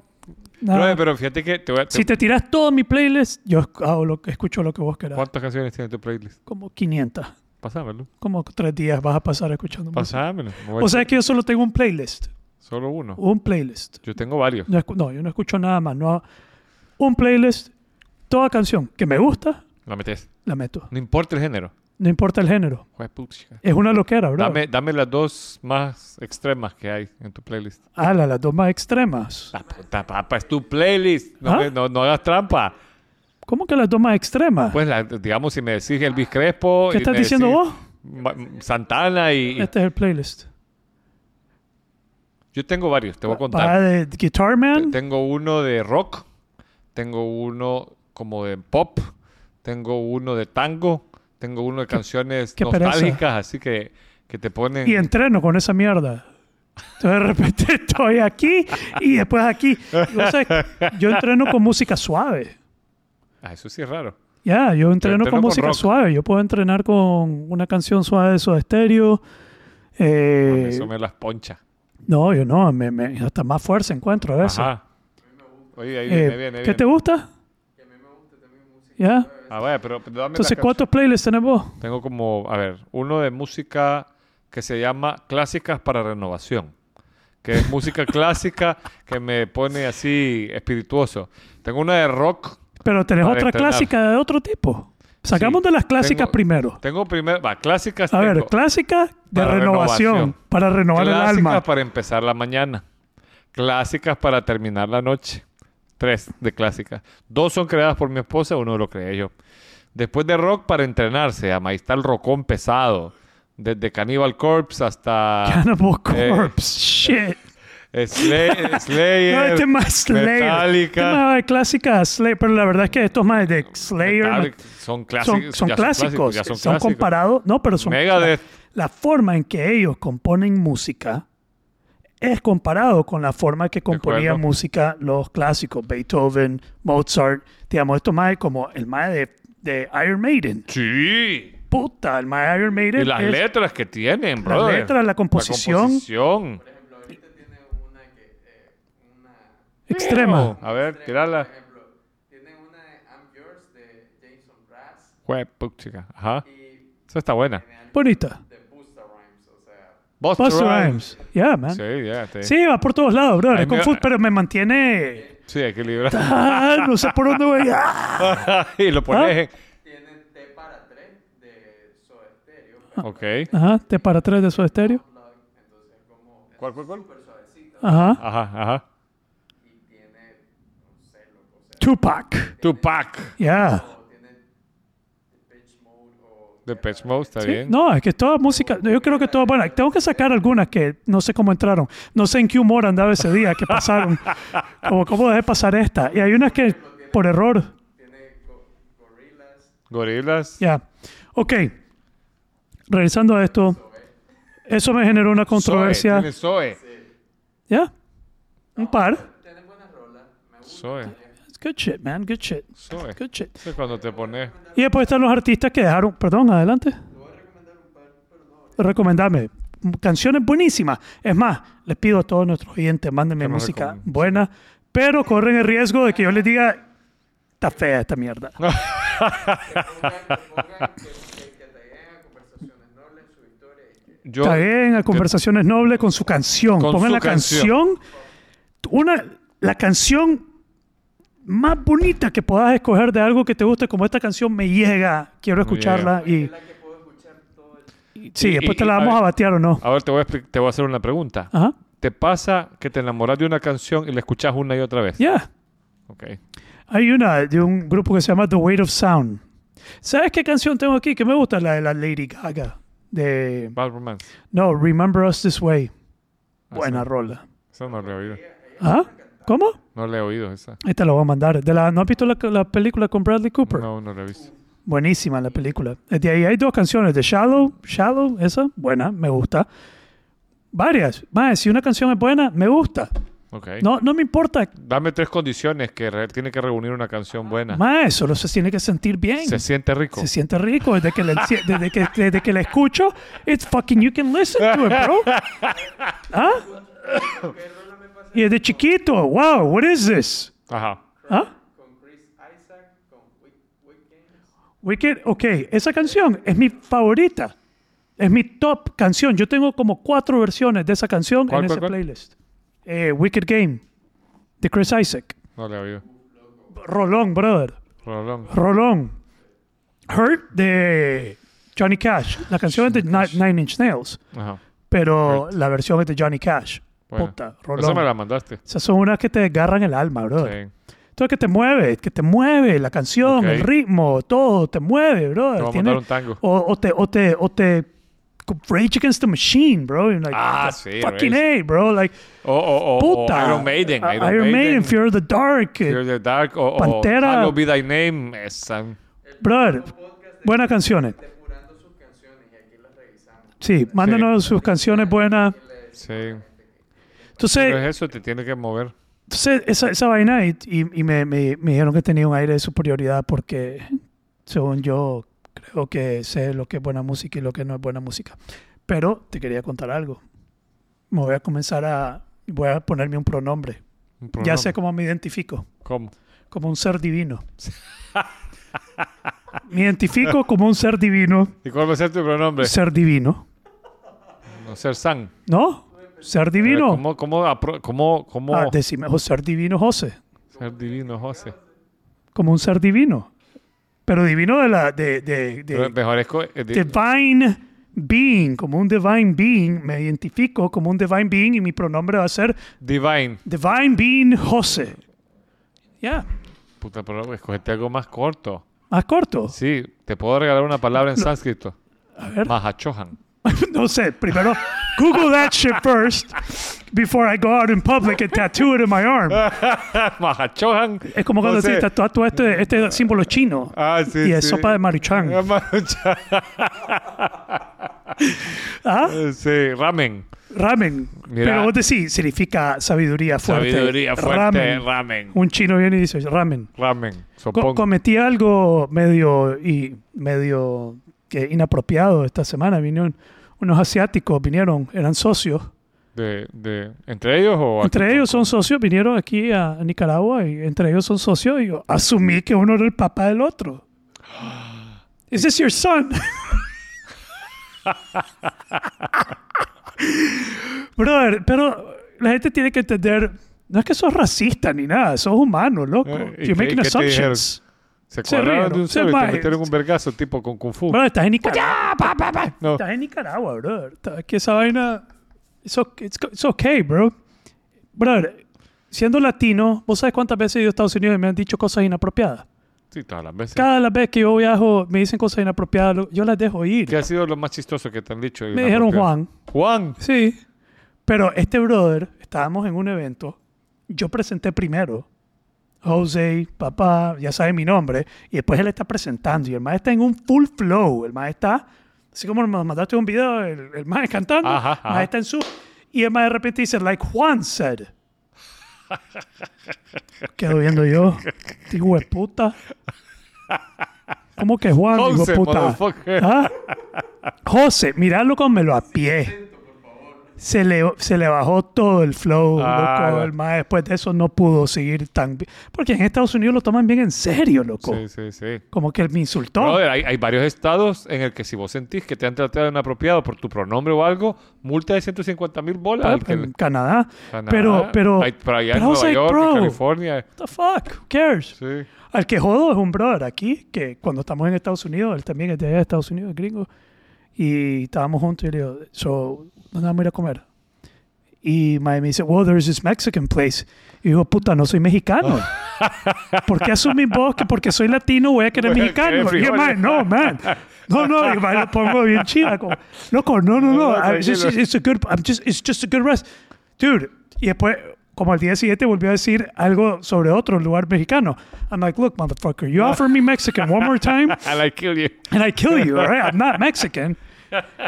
Speaker 1: Nada.
Speaker 2: Brother, pero fíjate que te voy a- te-
Speaker 1: si Ah. te tiras todo mi playlist, yo esc- hago lo que, escucho lo que vos querás.
Speaker 2: ¿Cuántas canciones tiene tu playlist?
Speaker 1: Como 500.
Speaker 2: Pásamelo.
Speaker 1: Como tres días vas a pasar escuchando música.
Speaker 2: Pásamelo. Me voy a-
Speaker 1: O sea que yo solo tengo un playlist.
Speaker 2: Solo uno.
Speaker 1: Un playlist.
Speaker 2: Yo tengo varios.
Speaker 1: No, escu- no, yo no escucho nada más. No, un playlist, toda canción que me gusta,
Speaker 2: La metes.
Speaker 1: la meto.
Speaker 2: No importa el género.
Speaker 1: No importa el género.
Speaker 2: Joder, pucha.
Speaker 1: Es una loquera, bro.
Speaker 2: Dame, dame las dos más extremas que hay en tu playlist.
Speaker 1: Ala, Ah, las dos más extremas.
Speaker 2: La puta papa, es tu playlist. No,
Speaker 1: ¿Ah?
Speaker 2: me- no, no hagas trampa.
Speaker 1: ¿Cómo que las dos más extremas?
Speaker 2: Pues, la- digamos, si me decís Elvis Crespo.
Speaker 1: ¿Qué
Speaker 2: y
Speaker 1: estás
Speaker 2: me
Speaker 1: diciendo
Speaker 2: decís
Speaker 1: vos?
Speaker 2: Ma- Santana y. y-
Speaker 1: Este es el playlist.
Speaker 2: Yo tengo varios, te voy a
Speaker 1: Va
Speaker 2: contar.
Speaker 1: Ah, de Guitar
Speaker 2: Te-
Speaker 1: Man.
Speaker 2: Tengo uno de rock. Tengo uno como de pop. Tengo uno de tango. Tengo uno de canciones
Speaker 1: qué pereza.
Speaker 2: nostálgicas, así que, que te ponen.
Speaker 1: Y entreno con esa mierda. Entonces de repente estoy aquí y después aquí. O sea, yo entreno con música suave.
Speaker 2: Ah, eso sí es raro.
Speaker 1: Ya, yo entreno
Speaker 2: entreno
Speaker 1: con,
Speaker 2: con
Speaker 1: música
Speaker 2: rock.
Speaker 1: suave. Yo puedo entrenar con una canción suave de Soda Stereo.
Speaker 2: A mí
Speaker 1: Eh,
Speaker 2: Ah, Eso me las poncha.
Speaker 1: No, yo no, me, me- hasta más fuerza encuentro a eso.
Speaker 2: Ajá. Oye, ahí
Speaker 1: Eh,
Speaker 2: viene, ahí viene. ahí
Speaker 1: ¿Qué te
Speaker 2: viene.
Speaker 1: gusta? ¿Ya?
Speaker 2: Ah, vaya, pero dame la
Speaker 1: Entonces,
Speaker 2: canción.
Speaker 1: ¿cuántos playlists tenés vos?
Speaker 2: Tengo como, a ver, uno de música que se llama Clásicas para Renovación, que es música clásica que me pone así espirituoso. Tengo una de rock.
Speaker 1: Pero tenés
Speaker 2: Para
Speaker 1: otra
Speaker 2: entrenar.
Speaker 1: clásica de otro tipo. Sacamos
Speaker 2: Sí,
Speaker 1: de las clásicas
Speaker 2: tengo-
Speaker 1: primero.
Speaker 2: Tengo primero, va, clásicas.
Speaker 1: A ver,
Speaker 2: tengo.
Speaker 1: clásicas de
Speaker 2: Para
Speaker 1: renovación,
Speaker 2: renovación.
Speaker 1: para renovar el
Speaker 2: clásicas
Speaker 1: alma.
Speaker 2: para empezar la mañana. Clásicas para terminar la noche. Tres de clásicas. Dos son creadas por mi esposa, uno lo creé yo. Después de rock para entrenarse. ama, Ahí está el rockón pesado. Desde Cannibal Corpse hasta...
Speaker 1: Cannibal
Speaker 2: eh,
Speaker 1: Corpse, shit.
Speaker 2: Slay-
Speaker 1: No,
Speaker 2: Slayer,
Speaker 1: este es más Slayer. Este
Speaker 2: eh, Metallica,
Speaker 1: más de clásica Slayer, pero la verdad es que estos más de Slayer
Speaker 2: Metallica, son,
Speaker 1: no-
Speaker 2: clasi-
Speaker 1: son, son
Speaker 2: ya
Speaker 1: clásicos.
Speaker 2: ya
Speaker 1: Son,
Speaker 2: clásicos.
Speaker 1: comparados. No, pero son
Speaker 2: Megadeth,
Speaker 1: la forma en que ellos componen música es comparado con la forma que componían
Speaker 2: acuerdo.
Speaker 1: música los clásicos, Beethoven, Mozart, digamos, esto más como el más de, de Iron Maiden.
Speaker 2: sí.
Speaker 1: Puta, el más de Iron Maiden.
Speaker 2: Y las
Speaker 1: es
Speaker 2: letras que tienen,
Speaker 1: las
Speaker 2: brother.
Speaker 1: letras, la composición,
Speaker 2: La composición.
Speaker 1: extrema.
Speaker 2: A ver, tirala.
Speaker 3: Tienen una de I'm Yours de Jameson Brass
Speaker 2: Jue- puchica. Ajá.
Speaker 3: y
Speaker 2: Eso está buena.
Speaker 1: Bonita.
Speaker 3: de Busta Rhymes, o sea,
Speaker 2: Busta
Speaker 1: Busta
Speaker 2: Rhymes.
Speaker 1: Rhymes. Yeah, man. Sí.
Speaker 2: Sí, ya, sí.
Speaker 1: va por todos lados, bro.
Speaker 2: Ahí
Speaker 1: Es
Speaker 2: me-
Speaker 1: confuso, pero me mantiene.
Speaker 2: Sí, equilibrado.
Speaker 1: Ah, no sé por dónde voy. Ah.
Speaker 2: y lo pones.
Speaker 3: tienen T para 3 de Soda Stereo,
Speaker 2: en- Ok.
Speaker 1: Ajá, te para tres de su estéreo.
Speaker 3: pero entonces como
Speaker 2: ¿Cuál, cuál, cuál?
Speaker 3: súper suavecito
Speaker 1: Ajá.
Speaker 2: Ajá, ajá.
Speaker 3: y
Speaker 1: Tupac.
Speaker 2: Tupac.
Speaker 1: Yeah.
Speaker 2: De Pitch Mode, está
Speaker 1: Sí,
Speaker 2: bien.
Speaker 1: No, es que toda música, yo creo que toda buena. Tengo que sacar algunas que no sé cómo entraron. No sé en qué humor andaba ese día, que pasaron. Como cómo dejé pasar esta. Y hay unas que por error.
Speaker 2: Gorilas.
Speaker 1: Ya. Ok. Regresando a esto. Eso me generó una controversia.
Speaker 2: Zoe. tiene Zoe.
Speaker 1: Ya. Un par.
Speaker 2: Zoe.
Speaker 1: It's good shit, man. Good shit.
Speaker 2: Zoe.
Speaker 1: Good shit.
Speaker 2: Eso es cuando te pones.
Speaker 1: Y después están los artistas que dejaron. Perdón, adelante. Recomendame. Canciones buenísimas. Es más, les pido a todos nuestros oyentes, mándenme
Speaker 2: Que nos
Speaker 1: música
Speaker 2: recomienden.
Speaker 1: buena, pero corren el riesgo de que yo les diga, está fea esta mierda.
Speaker 2: Yo,
Speaker 1: Taguen a Conversaciones Nobles con su canción.
Speaker 2: Con
Speaker 1: Pongan
Speaker 2: su
Speaker 1: la canción.
Speaker 2: canción.
Speaker 1: Una, la canción más bonita que puedas escoger de algo que te guste, como esta canción me llega, quiero escucharla y, y- Sí,
Speaker 2: Y-
Speaker 1: después
Speaker 2: y-
Speaker 1: te la
Speaker 2: y-
Speaker 1: vamos
Speaker 2: a
Speaker 1: a
Speaker 2: ver.
Speaker 1: batear o no.
Speaker 2: ahora te voy, a expli- te voy a hacer una pregunta.
Speaker 1: Ajá.
Speaker 2: ¿Te pasa que te enamoras de una canción y la escuchas una y otra vez?
Speaker 1: Ya.
Speaker 2: Ok.
Speaker 1: Hay una de un grupo que se llama The Weight of Sound. ¿Sabes qué canción tengo aquí que me gusta? La de la Lady Gaga. De.
Speaker 2: Bad Romance.
Speaker 1: No, Remember Us This Way. Buena
Speaker 2: sí.
Speaker 1: rola.
Speaker 2: Eso no lo he oído.
Speaker 1: ¿Ah? ¿Cómo?
Speaker 2: No le he oído esa.
Speaker 1: Ahí te la voy a mandar. De la, ¿No has visto la, la película con Bradley Cooper?
Speaker 2: No, no la he visto.
Speaker 1: Buenísima la película. De ahí hay dos canciones. De Shallow, Shallow, esa, buena, me gusta. Varias. Más, si una canción es buena, me gusta.
Speaker 2: Ok.
Speaker 1: No, no me importa.
Speaker 2: Dame tres condiciones que re- tiene que reunir una canción buena.
Speaker 1: Más, solo se tiene que sentir bien.
Speaker 2: Se siente rico.
Speaker 1: Ah. Se siente rico desde que, le, enci- desde, que, desde que la escucho. It's fucking you can listen to it, bro. ¿Ah? Y desde chiquito, wow, what is this?
Speaker 2: Ajá.
Speaker 1: ¿Ah? Wicked, ok, esa canción es mi favorita. Es mi top canción. Yo tengo como cuatro versiones de esa canción
Speaker 2: ¿Cuál,
Speaker 1: en
Speaker 2: cuál,
Speaker 1: esa
Speaker 2: cuál?
Speaker 1: playlist. Eh, Wicked Game, de Chris Isaac.
Speaker 2: No la he oído.
Speaker 1: Rolón, brother.
Speaker 2: Rolón.
Speaker 1: Rolón. Hurt de Johnny Cash. La canción es de Ni- Nine Inch Nails.
Speaker 2: Ajá.
Speaker 1: Pero la versión es de Johnny Cash.
Speaker 2: Bueno.
Speaker 1: Puta,
Speaker 2: Esa
Speaker 1: Rolón.
Speaker 2: me la mandaste.
Speaker 1: Esas son unas que te desgarran el alma, bro.
Speaker 2: Sí.
Speaker 1: Todo que te mueve, que te mueve la canción,
Speaker 2: Ok.
Speaker 1: el ritmo, todo te mueve, bro.
Speaker 2: Te voy a mandar un tango.
Speaker 1: O, o te, o te, o te Rage Against the Machine, bro. You're like,
Speaker 2: Ah,
Speaker 1: "Fuck-
Speaker 2: sí,
Speaker 1: Fucking
Speaker 2: Rage.
Speaker 1: A, bro. Like,
Speaker 2: O, o, o, o
Speaker 1: puta.
Speaker 2: Iron Maiden.
Speaker 1: Ah,
Speaker 2: Iron,
Speaker 1: Maiden,
Speaker 2: Maiden.
Speaker 1: Fear of the Dark. eh,
Speaker 2: Fear the Dark. O, o
Speaker 1: Pantera.
Speaker 2: Hallowed Be Thy Name. Esa.
Speaker 1: Brother, buenas canciones.
Speaker 3: Depurando sus canciones y aquí las revisamos.
Speaker 1: Sí, mándanos sus canciones buenas.
Speaker 2: Sí.
Speaker 1: Entonces,
Speaker 2: Pero es eso, te tiene que mover.
Speaker 1: Entonces, esa, esa vaina, y, y- y me, me- me dijeron que tenía un aire de superioridad porque, según yo, creo que sé lo que es buena música y lo que no es buena música. Pero te quería contar algo. Me voy a comenzar a. Voy a ponerme un pronombre.
Speaker 2: Un
Speaker 1: Ya
Speaker 2: pronombre.
Speaker 1: sé cómo me identifico,
Speaker 2: ¿Cómo?
Speaker 1: como un ser divino. Me identifico como un ser divino,
Speaker 2: ¿Y cuál va a ser tu pronombre?
Speaker 1: ser divino.
Speaker 2: No ser San.
Speaker 1: ¿No? Ser divino.
Speaker 2: ¿Cómo, cómo, apro- cómo, cómo
Speaker 1: Ah, decime, "Oh, ser divino, José.
Speaker 2: ser divino, José?
Speaker 1: como un ser divino. Pero divino de la de, de, de-
Speaker 2: Pero Mejor es co- eh, di-
Speaker 1: divine being, como un divine being, me identifico como un divine being y mi pronombre va a ser
Speaker 2: divine.
Speaker 1: divine being José. Ya,
Speaker 2: Puta, pero escogete algo más corto.
Speaker 1: más corto.
Speaker 2: Sí, te puedo regalar una palabra en sánscrito.
Speaker 1: A ver,
Speaker 2: Mahachohan.
Speaker 1: no sé, primero Google that shit first before I go out in public and tattoo it in my arm.
Speaker 2: Mahachohan.
Speaker 1: Es como cuando
Speaker 2: No sé.
Speaker 1: se tatúa todo este, este símbolo chino
Speaker 2: Ah, sí,
Speaker 1: y es
Speaker 2: sí.
Speaker 1: sopa de maruchan.
Speaker 2: Ah, Maruchan.
Speaker 1: ¿Ah?
Speaker 2: Sí, ramen.
Speaker 1: Ramen.
Speaker 2: Mira.
Speaker 1: Pero vos decís, significa sabiduría fuerte.
Speaker 2: Sabiduría fuerte,
Speaker 1: Ramen.
Speaker 2: ramen.
Speaker 1: Un chino viene y dice, ramen.
Speaker 2: Ramen.
Speaker 1: Co-
Speaker 2: Sopongo.
Speaker 1: cometí algo medio y medio que inapropiado esta semana. Vinieron unos asiáticos, vinieron, eran socios.
Speaker 2: De, de, ¿Entre ellos o aquí?
Speaker 1: Entre ellos son socios, vinieron aquí a, a Nicaragua y entre ellos son socios. Y yo asumí que uno era el papá del otro. Is this your son? Brother, pero la gente tiene que entender, no es que sos racista ni nada, sos humano, loco.
Speaker 2: Eh, ¿y
Speaker 1: You're
Speaker 2: qué-
Speaker 1: making
Speaker 2: qué te dijeron?
Speaker 1: assumptions.
Speaker 2: Se
Speaker 1: Se
Speaker 2: cuadraron de
Speaker 1: rieron,
Speaker 2: un
Speaker 1: se
Speaker 2: solo y te
Speaker 1: maje-
Speaker 2: metieron un vergazo tipo con Kung Fu.
Speaker 1: Brother, estás en Nicaragua.
Speaker 2: No.
Speaker 1: Estás en Nicaragua, brother. Estás- que esa vaina. It's okay, it's, it's okay, bro. Brother, siendo latino, ¿vos sabes cuántas veces yo he ido a Estados Unidos y me han dicho cosas inapropiadas?
Speaker 2: Sí, todas las veces.
Speaker 1: Cada las vez que yo viajo me dicen cosas inapropiadas, lo- yo las dejo ir.
Speaker 2: ¿Qué ha sido lo más chistoso que te han dicho?
Speaker 1: Me dijeron Juan.
Speaker 2: Juan.
Speaker 1: Sí. Pero este brother, estábamos en un evento, yo presenté primero. Jose, papá, ya sabe mi nombre. Y después él está presentando. Y el maestro está en un full flow. El maestro está, así como nos mandaste un video, el, el maestro cantando.
Speaker 2: Ajá,
Speaker 1: El
Speaker 2: ajá.
Speaker 1: maestro está en su. Y el maestro de repente dice, like Juan said. Quedo viendo yo. Digo, de puta. ¿Cómo que Juan? Digo,
Speaker 2: Jose,
Speaker 1: puta.
Speaker 2: motherfucker.
Speaker 1: ¿Ah? José, mirarlo con me lo a pie. Se le, se le bajó todo el flow,
Speaker 2: Ah,
Speaker 1: loco.
Speaker 2: la-
Speaker 1: El mae después de eso no pudo seguir tan bien. Porque en Estados Unidos lo toman bien en serio, loco.
Speaker 2: Sí, sí, sí.
Speaker 1: Como que me insultó.
Speaker 2: Brother, hay, hay varios estados en el que si vos sentís que te han tratado inapropiado por tu pronombre o algo, multa de 150 mil bolas.
Speaker 1: Ah,
Speaker 2: al que
Speaker 1: en
Speaker 2: le-
Speaker 1: Canadá.
Speaker 2: Canadá.
Speaker 1: Pero, pero.
Speaker 2: Hay- para allá
Speaker 1: pero I
Speaker 2: en
Speaker 1: was
Speaker 2: Nueva
Speaker 1: like,
Speaker 2: York,
Speaker 1: bro,
Speaker 2: en California.
Speaker 1: What the fuck? Who cares?
Speaker 2: Sí.
Speaker 1: Al que jodo es un brother aquí, que cuando estamos en Estados Unidos, él también es de allá de Estados Unidos, es gringo, y estábamos juntos y le digo, so, ¿dónde vamos a ir a comer? Y mae me dice, well, there's this Mexican place. Y digo, puta, no soy mexicano. ¿Por qué asumís vos que porque soy latino voy a querer
Speaker 2: Voy a
Speaker 1: mexicano?
Speaker 2: querer
Speaker 1: Y yo, mae,
Speaker 2: frijoles.
Speaker 1: no, man. No, no, y mae, lo pongo bien chiva. Como, Loco, no, no, no.
Speaker 2: No,
Speaker 1: I'm just-
Speaker 2: tranquilo.
Speaker 1: it's, a good, I'm just, it's just a good rest. Dude. Y después, como al día siguiente, volvió a decir algo sobre otro lugar mexicano. I'm like, look, motherfucker, you offer me Mexican one more time
Speaker 2: I like kill you.
Speaker 1: and I kill you, all right? I'm not Mexican.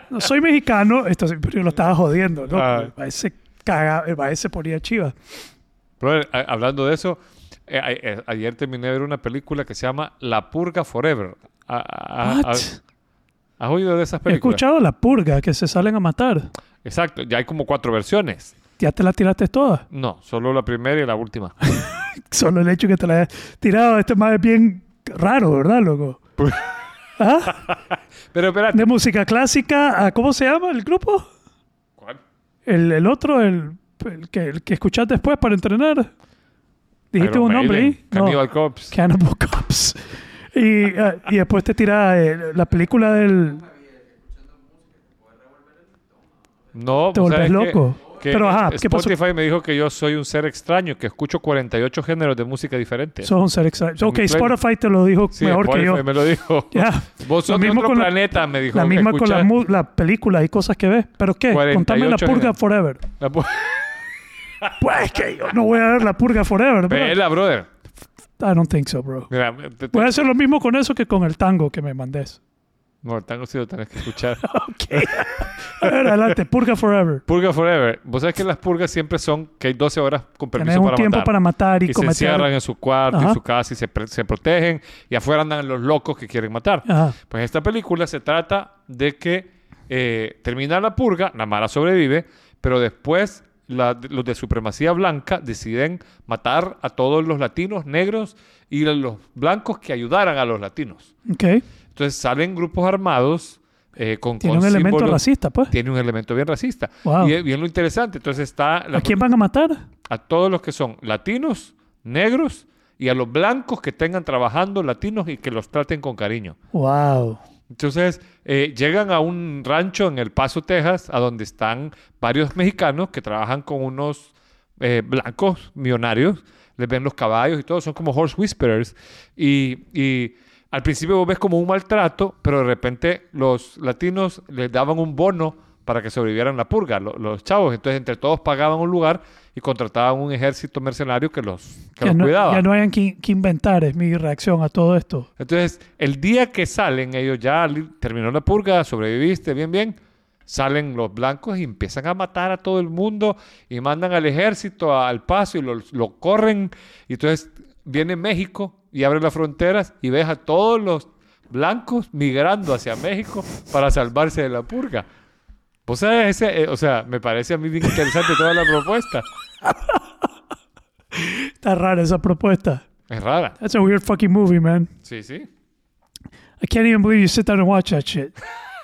Speaker 1: No soy mexicano. Entonces, pero yo lo estaba jodiendo, ¿no?
Speaker 2: Ah.
Speaker 1: El país se caga- el país se ponía chiva.
Speaker 2: Brother, a- hablando de eso, eh, a- eh, ayer terminé de ver una película que se llama La Purga Forever. A- a- a-
Speaker 1: What?
Speaker 2: ¿Has oído de esas
Speaker 1: He
Speaker 2: películas?
Speaker 1: escuchado la purga, que se salen a matar.
Speaker 2: Exacto, ya hay como cuatro versiones.
Speaker 1: ¿Ya te la tiraste toda?
Speaker 2: No, solo la primera y la última.
Speaker 1: Solo el hecho que te la hayas tirado, este más es bien raro, ¿verdad, loco? ¿Ah?
Speaker 2: Pero espérate.
Speaker 1: De música clásica a, ¿cómo se llama el grupo?
Speaker 2: ¿Cuál?
Speaker 1: El, el otro, el, el que, el que escuchás después para entrenar. Dijiste
Speaker 2: Iron
Speaker 1: un nombre
Speaker 2: Maiden,
Speaker 1: ahí. No.
Speaker 2: Cannibal Corpse.
Speaker 1: Cannibal Cops. Y, ah, y después te tira eh, la película del...
Speaker 2: No,
Speaker 1: Te
Speaker 2: pues,
Speaker 1: volvés
Speaker 2: ¿sabes qué?
Speaker 1: loco.
Speaker 2: Que
Speaker 1: Pero, ajá, ¿qué pasó?
Speaker 2: Spotify me dijo que yo soy un ser extraño, que escucho 48 géneros de música diferente.
Speaker 1: Sos un ser exacto. Ok,
Speaker 2: mi playlist.
Speaker 1: Spotify te lo dijo
Speaker 2: sí,
Speaker 1: mejor que
Speaker 2: Spotify
Speaker 1: yo.
Speaker 2: me lo dijo.
Speaker 1: Ya.
Speaker 2: Vos
Speaker 1: Lo
Speaker 2: sos de
Speaker 1: mismo
Speaker 2: otro
Speaker 1: con la-
Speaker 2: planeta, me dijo.
Speaker 1: La misma con las
Speaker 2: Escucha-
Speaker 1: mu- la películas y cosas que ves. ¿Pero qué? Contame la
Speaker 2: 48
Speaker 1: purga
Speaker 2: en-
Speaker 1: forever.
Speaker 2: la pu-
Speaker 1: Pues que yo no voy a ver la purga forever, bro.
Speaker 2: Vela, brother.
Speaker 1: I don't think so, bro.
Speaker 2: Mira, te- te-
Speaker 1: Voy a hacer lo mismo con eso que con el tango que me mandes.
Speaker 2: no, el tango sí lo tenés que escuchar.
Speaker 1: Ok. a ver, adelante. Purga forever.
Speaker 2: Purga Forever. Vos sabés que las purgas siempre son que hay 12 horas con
Speaker 1: Tenés
Speaker 2: permiso
Speaker 1: un
Speaker 2: para
Speaker 1: tiempo
Speaker 2: matar.
Speaker 1: para matar y,
Speaker 2: y se
Speaker 1: cometer...
Speaker 2: encierran en su cuarto,
Speaker 1: Ajá.
Speaker 2: en su casa y se, pre- se protegen. Y afuera andan los locos que quieren matar.
Speaker 1: Ajá.
Speaker 2: Pues esta película se trata de que eh, termina la purga, la mala sobrevive, pero después la- los de supremacía blanca deciden matar a todos los latinos negros y a los blancos que ayudaran a los latinos.
Speaker 1: Ok.
Speaker 2: Entonces salen grupos armados eh, con
Speaker 1: Tiene
Speaker 2: con
Speaker 1: un elemento
Speaker 2: símbolos-
Speaker 1: racista, pues.
Speaker 2: Tiene un elemento bien racista.
Speaker 1: Wow.
Speaker 2: Y es bien lo interesante. Entonces está la-
Speaker 1: ¿A quién van a matar?
Speaker 2: a todos los que son latinos, negros y a los blancos que tengan trabajando latinos y que los traten con cariño.
Speaker 1: Wow.
Speaker 2: Entonces, eh, llegan a un rancho en El Paso, Texas, a donde están varios mexicanos que trabajan con unos eh, blancos millonarios. Les ven los caballos y todo, son como horse whisperers. Y, y al principio vos ves como un maltrato, pero de repente los latinos les daban un bono para que sobrevivieran la purga, lo- los chavos. Entonces, entre todos pagaban un lugar y contrataban un ejército mercenario que los, que
Speaker 1: ya,
Speaker 2: los
Speaker 1: no,
Speaker 2: cuidaba.
Speaker 1: ya no hayan que, que inventar, es mi reacción a todo esto.
Speaker 2: Entonces, el día que salen ellos, ya li- terminó la purga, sobreviviste, bien, bien, salen los blancos y empiezan a matar a todo el mundo y mandan al ejército a- al paso y lo, lo corren. Y entonces viene México y abre las fronteras y ves a todos los blancos migrando hacia México para salvarse de la purga. Vos sabés, ese, eh, o sea, me parece a mí bien interesante toda la propuesta.
Speaker 1: Está rara esa propuesta.
Speaker 2: Es rara.
Speaker 1: That's a weird fucking movie, man.
Speaker 2: Sí, sí.
Speaker 1: I can't even believe you sit down and watch that shit.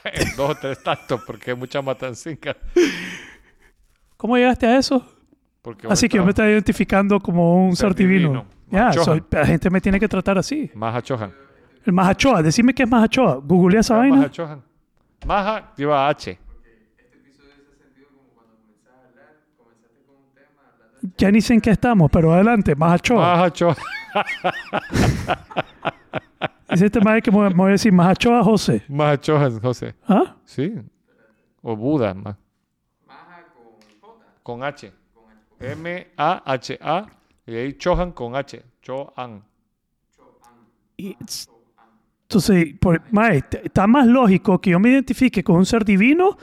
Speaker 2: En dos o tres tactos porque hay mucha matancinca.
Speaker 1: ¿Cómo llegaste a eso?
Speaker 2: Porque vos
Speaker 1: Así que yo me
Speaker 2: estabas-
Speaker 1: estaba identificando como un
Speaker 2: Ser
Speaker 1: ser divino.
Speaker 2: divino.
Speaker 1: Ya,
Speaker 2: Machoja.
Speaker 1: soy- la gente me tiene que tratar así.
Speaker 2: Maja Chohan.
Speaker 1: El Mahachoa, decime qué es Mahachoa. Googlea esa
Speaker 2: Maja
Speaker 1: vaina.
Speaker 2: Chohan. Maja lleva H.
Speaker 3: Este episodio se ha sentido como cuando comenzás a hablar, comenzaste con un tema, hablando de
Speaker 1: ya ni sé en qué estamos, pero adelante, más a Choa.
Speaker 2: Más Ochoa.
Speaker 1: Dice este maestro que me me voy a decir más a Choa, José.
Speaker 2: Más Ochoa, José.
Speaker 1: ¿Ah?
Speaker 2: Sí. O Buda. más.
Speaker 3: Maja con J.
Speaker 2: Con H. M-A-H-A. Y ahí Chohan con H. Chohan.
Speaker 1: Y it's- entonces, por, mae, t- está más lógico que yo me identifique con un ser divino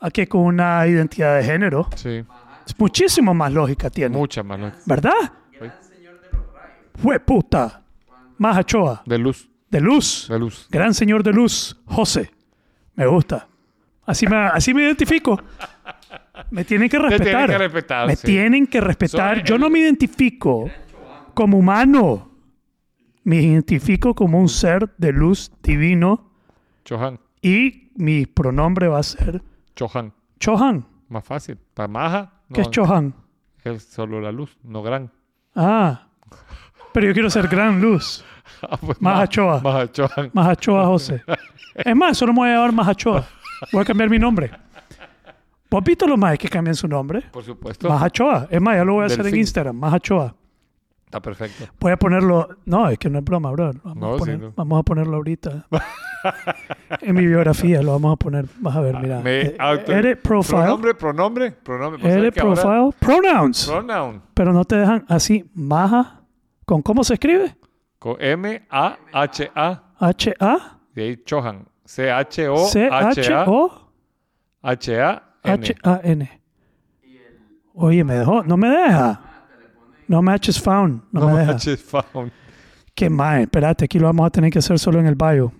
Speaker 1: a que con una identidad de género.
Speaker 2: Sí.
Speaker 1: Es muchísimo más lógica tiene.
Speaker 2: Mucha mano.
Speaker 1: ¿Verdad?
Speaker 3: Gran señor de los rayos.
Speaker 1: Fue puta. Más a Choa.
Speaker 2: De luz.
Speaker 1: De luz.
Speaker 2: De luz.
Speaker 1: Gran señor de luz, José. Me gusta. Así me, así me identifico. Me tienen que
Speaker 2: tienen
Speaker 1: respetar.
Speaker 2: que respetar,
Speaker 1: Me
Speaker 2: sí.
Speaker 1: tienen que respetar.
Speaker 2: Soy
Speaker 1: Yo
Speaker 2: el-
Speaker 1: no me identifico como humano. Me identifico como un ser de luz divino
Speaker 2: Chohan.
Speaker 1: y mi pronombre va a ser
Speaker 2: Chohan.
Speaker 1: Chohan.
Speaker 2: Más fácil. Para Maja.
Speaker 1: ¿Qué
Speaker 2: no,
Speaker 1: es Chohan?
Speaker 2: Es solo la luz, no gran.
Speaker 1: Ah. Pero yo quiero ser gran luz.
Speaker 2: Ah, pues,
Speaker 1: Maja Choa.
Speaker 2: Maja Chohan.
Speaker 1: Majachoa José. Es más, solo me voy a llamar Majachoa. Voy a cambiar mi nombre. ¿Vos has visto los más que cambian su nombre?
Speaker 2: Por supuesto.
Speaker 1: Majachoa. Es más, ya lo voy a hacer en
Speaker 2: Delfín.
Speaker 1: Instagram. Majachoa.
Speaker 2: Está perfecto.
Speaker 1: Voy a ponerlo. No, es que no es broma, bro. Lo Vamos,
Speaker 2: No,
Speaker 1: a,
Speaker 2: sí,
Speaker 1: poner-
Speaker 2: no.
Speaker 1: vamos a ponerlo ahorita. en mi biografía lo vamos a poner. Vas a ver, mira.
Speaker 2: Ah, Me
Speaker 1: Eh,
Speaker 2: auto-
Speaker 1: edit profile.
Speaker 2: Pronombre, pronombre, pronombre. Pues,
Speaker 1: Edit
Speaker 2: ¿sabes qué ahora?
Speaker 1: profile. Pronouns.
Speaker 2: Pronoun.
Speaker 1: Pero no te dejan así. Maja. ¿Con cómo se escribe?
Speaker 2: Con M-A-H-A.
Speaker 1: H-A.
Speaker 2: Y ahí Chohan.
Speaker 1: C-H-O.
Speaker 2: C-H-O-H-A-N.
Speaker 1: H-A-N. Oye, me dejó. No me deja. No matches found. No, me deja.
Speaker 2: H found.
Speaker 1: Qué mal. Espérate, aquí lo vamos a tener que hacer solo en el bio.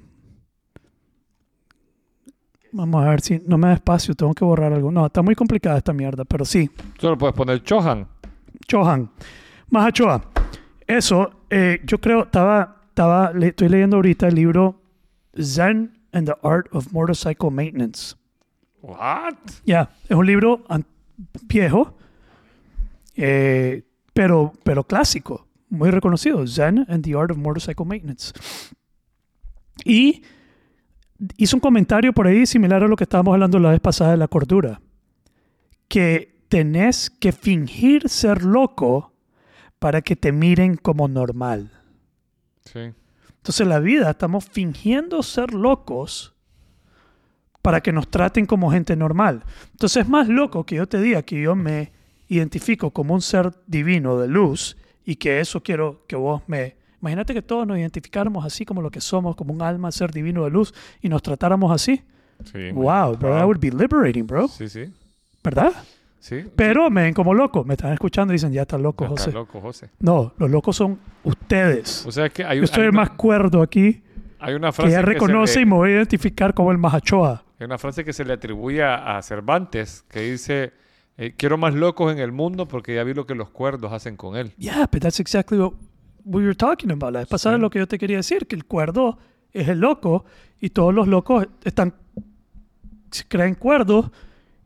Speaker 1: Vamos a ver si no me da espacio. Tengo que borrar algo. No, está muy complicada esta mierda, pero sí.
Speaker 2: Solo puedes poner Chohan.
Speaker 1: Chohan. Mahachoa. Eso, eh, yo creo, estaba, estaba, le- estoy leyendo ahorita el libro Zen and the Art of Motorcycle Maintenance.
Speaker 2: What?
Speaker 1: Ya, es un libro an- viejo, eh, pero, pero clásico, muy reconocido, Zen and the Art of Motorcycle Maintenance. Y hizo un comentario por ahí similar a lo que estábamos hablando la vez pasada de la cordura, que tenés que fingir ser loco para que te miren como normal.
Speaker 2: Sí.
Speaker 1: Entonces la vida estamos fingiendo ser locos para que nos traten como gente normal. Entonces es más loco que yo te diga que yo me identifico como un ser divino de luz y que eso quiero que vos me... Imagínate que todos nos identificáramos así como lo que somos, como un alma, ser divino de luz y nos tratáramos así.
Speaker 2: Sí.
Speaker 1: Wow, bro, that would be liberating, bro.
Speaker 2: Sí, sí.
Speaker 1: ¿Verdad?
Speaker 2: Sí.
Speaker 1: Pero me ven como loco. Me están escuchando y dicen, ya estás loco,
Speaker 2: Está
Speaker 1: José.
Speaker 2: loco, José.
Speaker 1: No, los locos son ustedes.
Speaker 2: O sea que hay,
Speaker 1: Yo estoy
Speaker 2: hay
Speaker 1: el
Speaker 2: una,
Speaker 1: más cuerdo aquí.
Speaker 2: hay una frase
Speaker 1: que ya
Speaker 2: se
Speaker 1: reconoce
Speaker 2: le-
Speaker 1: y me voy a identificar como el Mahachoa.
Speaker 2: Hay una frase que se le atribuye a a Cervantes que dice, eh, quiero más locos en el mundo porque ya vi lo que los cuerdos hacen con él.
Speaker 1: Yeah, but that's exactly what we were talking about. La vez pasada lo que yo te quería decir, que el cuerdo es el loco y todos los locos están se creen cuerdos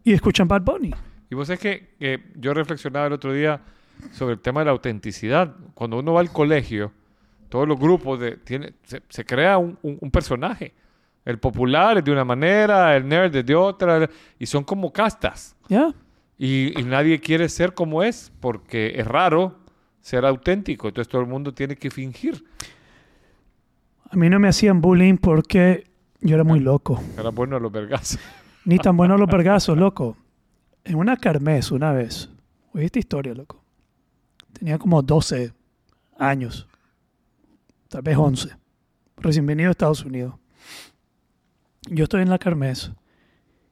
Speaker 1: y escuchan Bad Bunny.
Speaker 2: Y vos sabés que eh, yo reflexionaba el otro día sobre el tema de la autenticidad. Cuando uno va al colegio, todos los grupos de, tiene, se, se crea un, un- un personaje. El popular es de una manera, el nerd es de otra, el- y son como castas.
Speaker 1: Yeah.
Speaker 2: Y, y nadie quiere ser como es porque es raro ser auténtico. Entonces todo el mundo tiene que fingir.
Speaker 1: A mí no me hacían bullying porque yo era muy loco.
Speaker 2: Era bueno a los vergas.
Speaker 1: Ni tan buenos los vergazos, loco. En una carmes una vez, oí esta historia, loco. Tenía como 12 años, tal vez 11, recién venido a Estados Unidos. Yo estoy en la carmes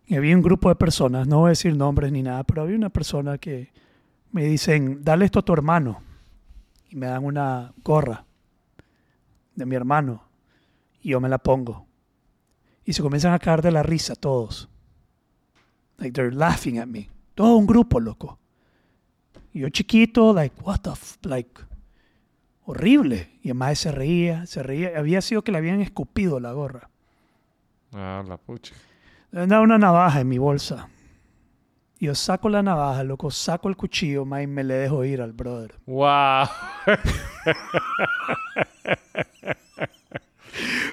Speaker 1: y había un grupo de personas, no voy a decir nombres ni nada, pero había una persona que me dicen, dale esto a tu hermano. Y me dan una gorra de mi hermano y yo me la pongo y se comienzan a caer de la risa todos. Like they're laughing at me. Todo un grupo, loco. Y yo chiquito, like, what the f like horrible. Y además se reía, se reía. Había sido que le habían escupido la gorra.
Speaker 2: Ah, la pucha.
Speaker 1: Le habían dado una navaja en mi bolsa. Y yo saco la navaja, loco, saco el cuchillo, ma, y me le dejo ir al brother.
Speaker 2: ¡Wow!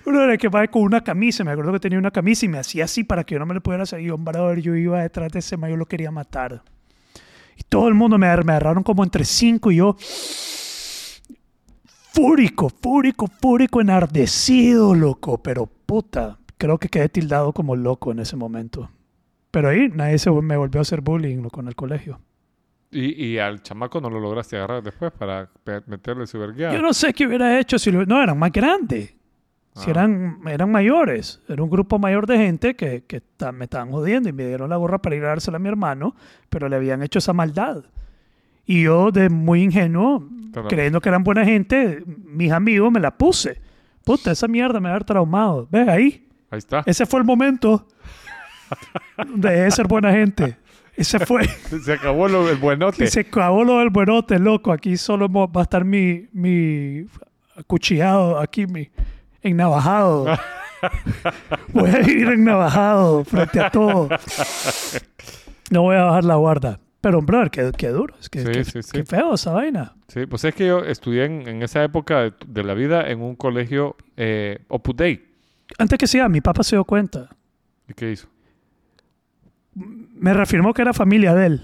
Speaker 1: Uno era que va con una camisa, me acuerdo que tenía una camisa y me hacía así para que yo no me lo pudiera seguir. Yo, brother, yo iba detrás de ese mayo, lo quería matar. Y todo el mundo me, agar- me agarraron como entre cinco y yo fúrico, fúrico, fúrico, enardecido, loco. Pero puta, creo que quedé tildado como loco en ese momento. Pero ahí nadie se, me volvió a hacer bullying loco, en el colegio.
Speaker 2: Y, y al chamaco no lo lograste agarrar después para pe- meterle su vergueada.
Speaker 1: Yo no sé qué hubiera hecho si lo- no eran más grandes. Si
Speaker 2: Ah.
Speaker 1: eran, eran mayores, era un grupo mayor de gente que, que ta- me estaban jodiendo y me dieron la gorra para ir a dársela a mi hermano, pero le habían hecho esa maldad. Y yo, de muy ingenuo,
Speaker 2: Claro.
Speaker 1: creyendo que eran buena gente, mis amigos me la puse. Puta, esa mierda me va a haber traumado. ¿Ves ahí?
Speaker 2: Ahí está.
Speaker 1: Ese fue el momento. Dejé de ser buena gente. Ese fue.
Speaker 2: Se acabó lo, el buenote.
Speaker 1: Se acabó lo del buenote, loco. Aquí solo mo- va a estar mi, mi acuchillado, aquí mi ennavajado. voy a ir ennavajado frente a todo. No voy a bajar la guarda. Pero, brother, qué, qué duro. Es que,
Speaker 2: Sí,
Speaker 1: qué-
Speaker 2: sí, sí.
Speaker 1: qué feo esa vaina.
Speaker 2: Sí, pues es que yo estudié en, en esa época de, de la vida en un colegio eh, Opus Dei.
Speaker 1: Antes que sea, mi papá se dio cuenta.
Speaker 2: ¿Y qué hizo?
Speaker 1: Me reafirmó que era familia de él.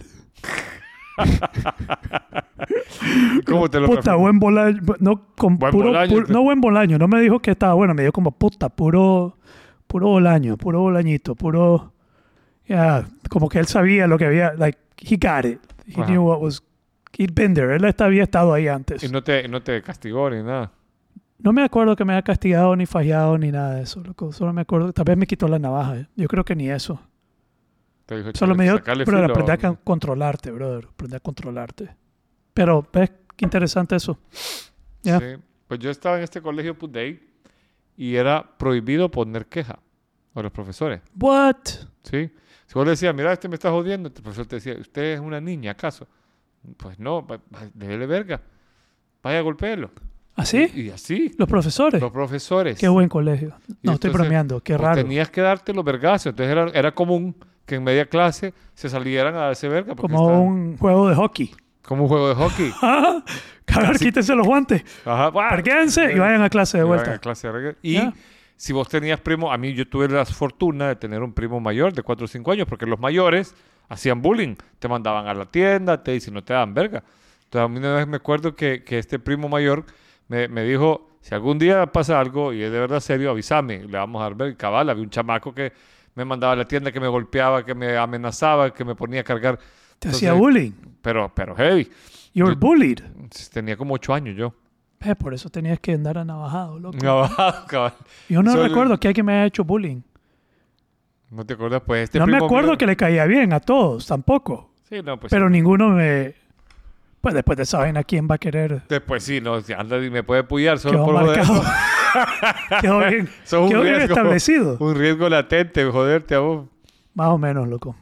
Speaker 2: ¿Y ¿Cómo te lo
Speaker 1: Puta,
Speaker 2: reafirmó?
Speaker 1: buen bolaño. No, con
Speaker 2: Buen
Speaker 1: puro,
Speaker 2: Bolaño,
Speaker 1: puro-
Speaker 2: te-
Speaker 1: no buen bolaño. No me dijo que estaba bueno. Me dijo como puta, puro, puro bolaño, puro bolañito, puro. ya, como que él sabía lo que había. Like, he got it. He
Speaker 2: Ajá.
Speaker 1: knew what was. He'd been there. Él est- había estado ahí antes.
Speaker 2: Y
Speaker 1: no,
Speaker 2: no te, no te castigó ni nada.
Speaker 1: me acuerdo que me haya castigado, ni fallado, ni nada de eso. loco. Solo me acuerdo. Tal vez me quitó la navaja. eh. Yo creo que ni eso.
Speaker 2: Te dijo,
Speaker 1: Solo
Speaker 2: "Chale,
Speaker 1: me dio.
Speaker 2: sacale
Speaker 1: Pero
Speaker 2: filo".
Speaker 1: aprendí a can- controlarte, brother. Aprendí a controlarte. Pero, ¿ves? Qué interesante eso. Ya.
Speaker 2: Sí. Pues yo estaba en este colegio Opus Dei y era prohibido poner queja a los profesores.
Speaker 1: What?
Speaker 2: ¿sí? Si vos le decías, mira, este me está jodiendo, el profesor te decía, ¿usted es una niña acaso? Pues no, va- va- débele verga. Vaya a golpearlo.
Speaker 1: ¿Así?
Speaker 2: Y, y así.
Speaker 1: Los profesores.
Speaker 2: Los profesores.
Speaker 1: Qué buen colegio. No, estoy
Speaker 2: entonces,
Speaker 1: bromeando. Qué
Speaker 2: Pues
Speaker 1: raro.
Speaker 2: Tenías que darte los vergazos. Entonces era, era común que en media clase se salieran a darse verga. porque
Speaker 1: Como
Speaker 2: estaban-
Speaker 1: un juego de hockey.
Speaker 2: como un juego de hockey.
Speaker 1: ¡Ah! Cabrón, quítense los guantes.
Speaker 2: Ajá. ¡buah!
Speaker 1: Parquéense y vayan a clase de
Speaker 2: Ah. Y
Speaker 1: vuelta.
Speaker 2: vayan a clase de reggae. Y
Speaker 1: Ya.
Speaker 2: si vos tenías primo, a mí yo tuve la fortuna de tener un primo mayor de 4 o 5 años, porque los mayores hacían bullying. Te mandaban a la tienda, te dicen, no te dan verga. Entonces a mí una vez me acuerdo que, que este primo mayor me, me dijo, si algún día pasa algo y es de verdad serio, avísame, le vamos a dar verga. Y Cabal, había un chamaco que me mandaba a la tienda, que me golpeaba, que me amenazaba, que me ponía a cargar.
Speaker 1: Te hacía
Speaker 2: Entonces,
Speaker 1: bullying.
Speaker 2: Pero, pero heavy.
Speaker 1: You're
Speaker 2: yo-
Speaker 1: bullied.
Speaker 2: Tenía como 8 años yo.
Speaker 1: Eh, por eso tenías que andar anavajado, loco. Ah.
Speaker 2: Cabal, cabal.
Speaker 1: Yo no
Speaker 2: Solo-
Speaker 1: recuerdo que alguien me haya hecho bullying.
Speaker 2: ¿No te acuerdas? Pues este
Speaker 1: no me
Speaker 2: primo
Speaker 1: acuerdo
Speaker 2: mío-
Speaker 1: que le caía bien a todos, tampoco.
Speaker 2: Sí, no, pues
Speaker 1: Pero
Speaker 2: sí.
Speaker 1: ninguno me... Pues después de esa vaina, ¿quién va a querer?
Speaker 2: Después pues sí, no, si anda y me puede pullar
Speaker 1: Quedó
Speaker 2: solo por joder.
Speaker 1: marcado. quedó bien,
Speaker 2: Sos un
Speaker 1: quedó bien
Speaker 2: riesgo.
Speaker 1: establecido.
Speaker 2: Un riesgo latente, joderte a vos.
Speaker 1: Más o menos, loco.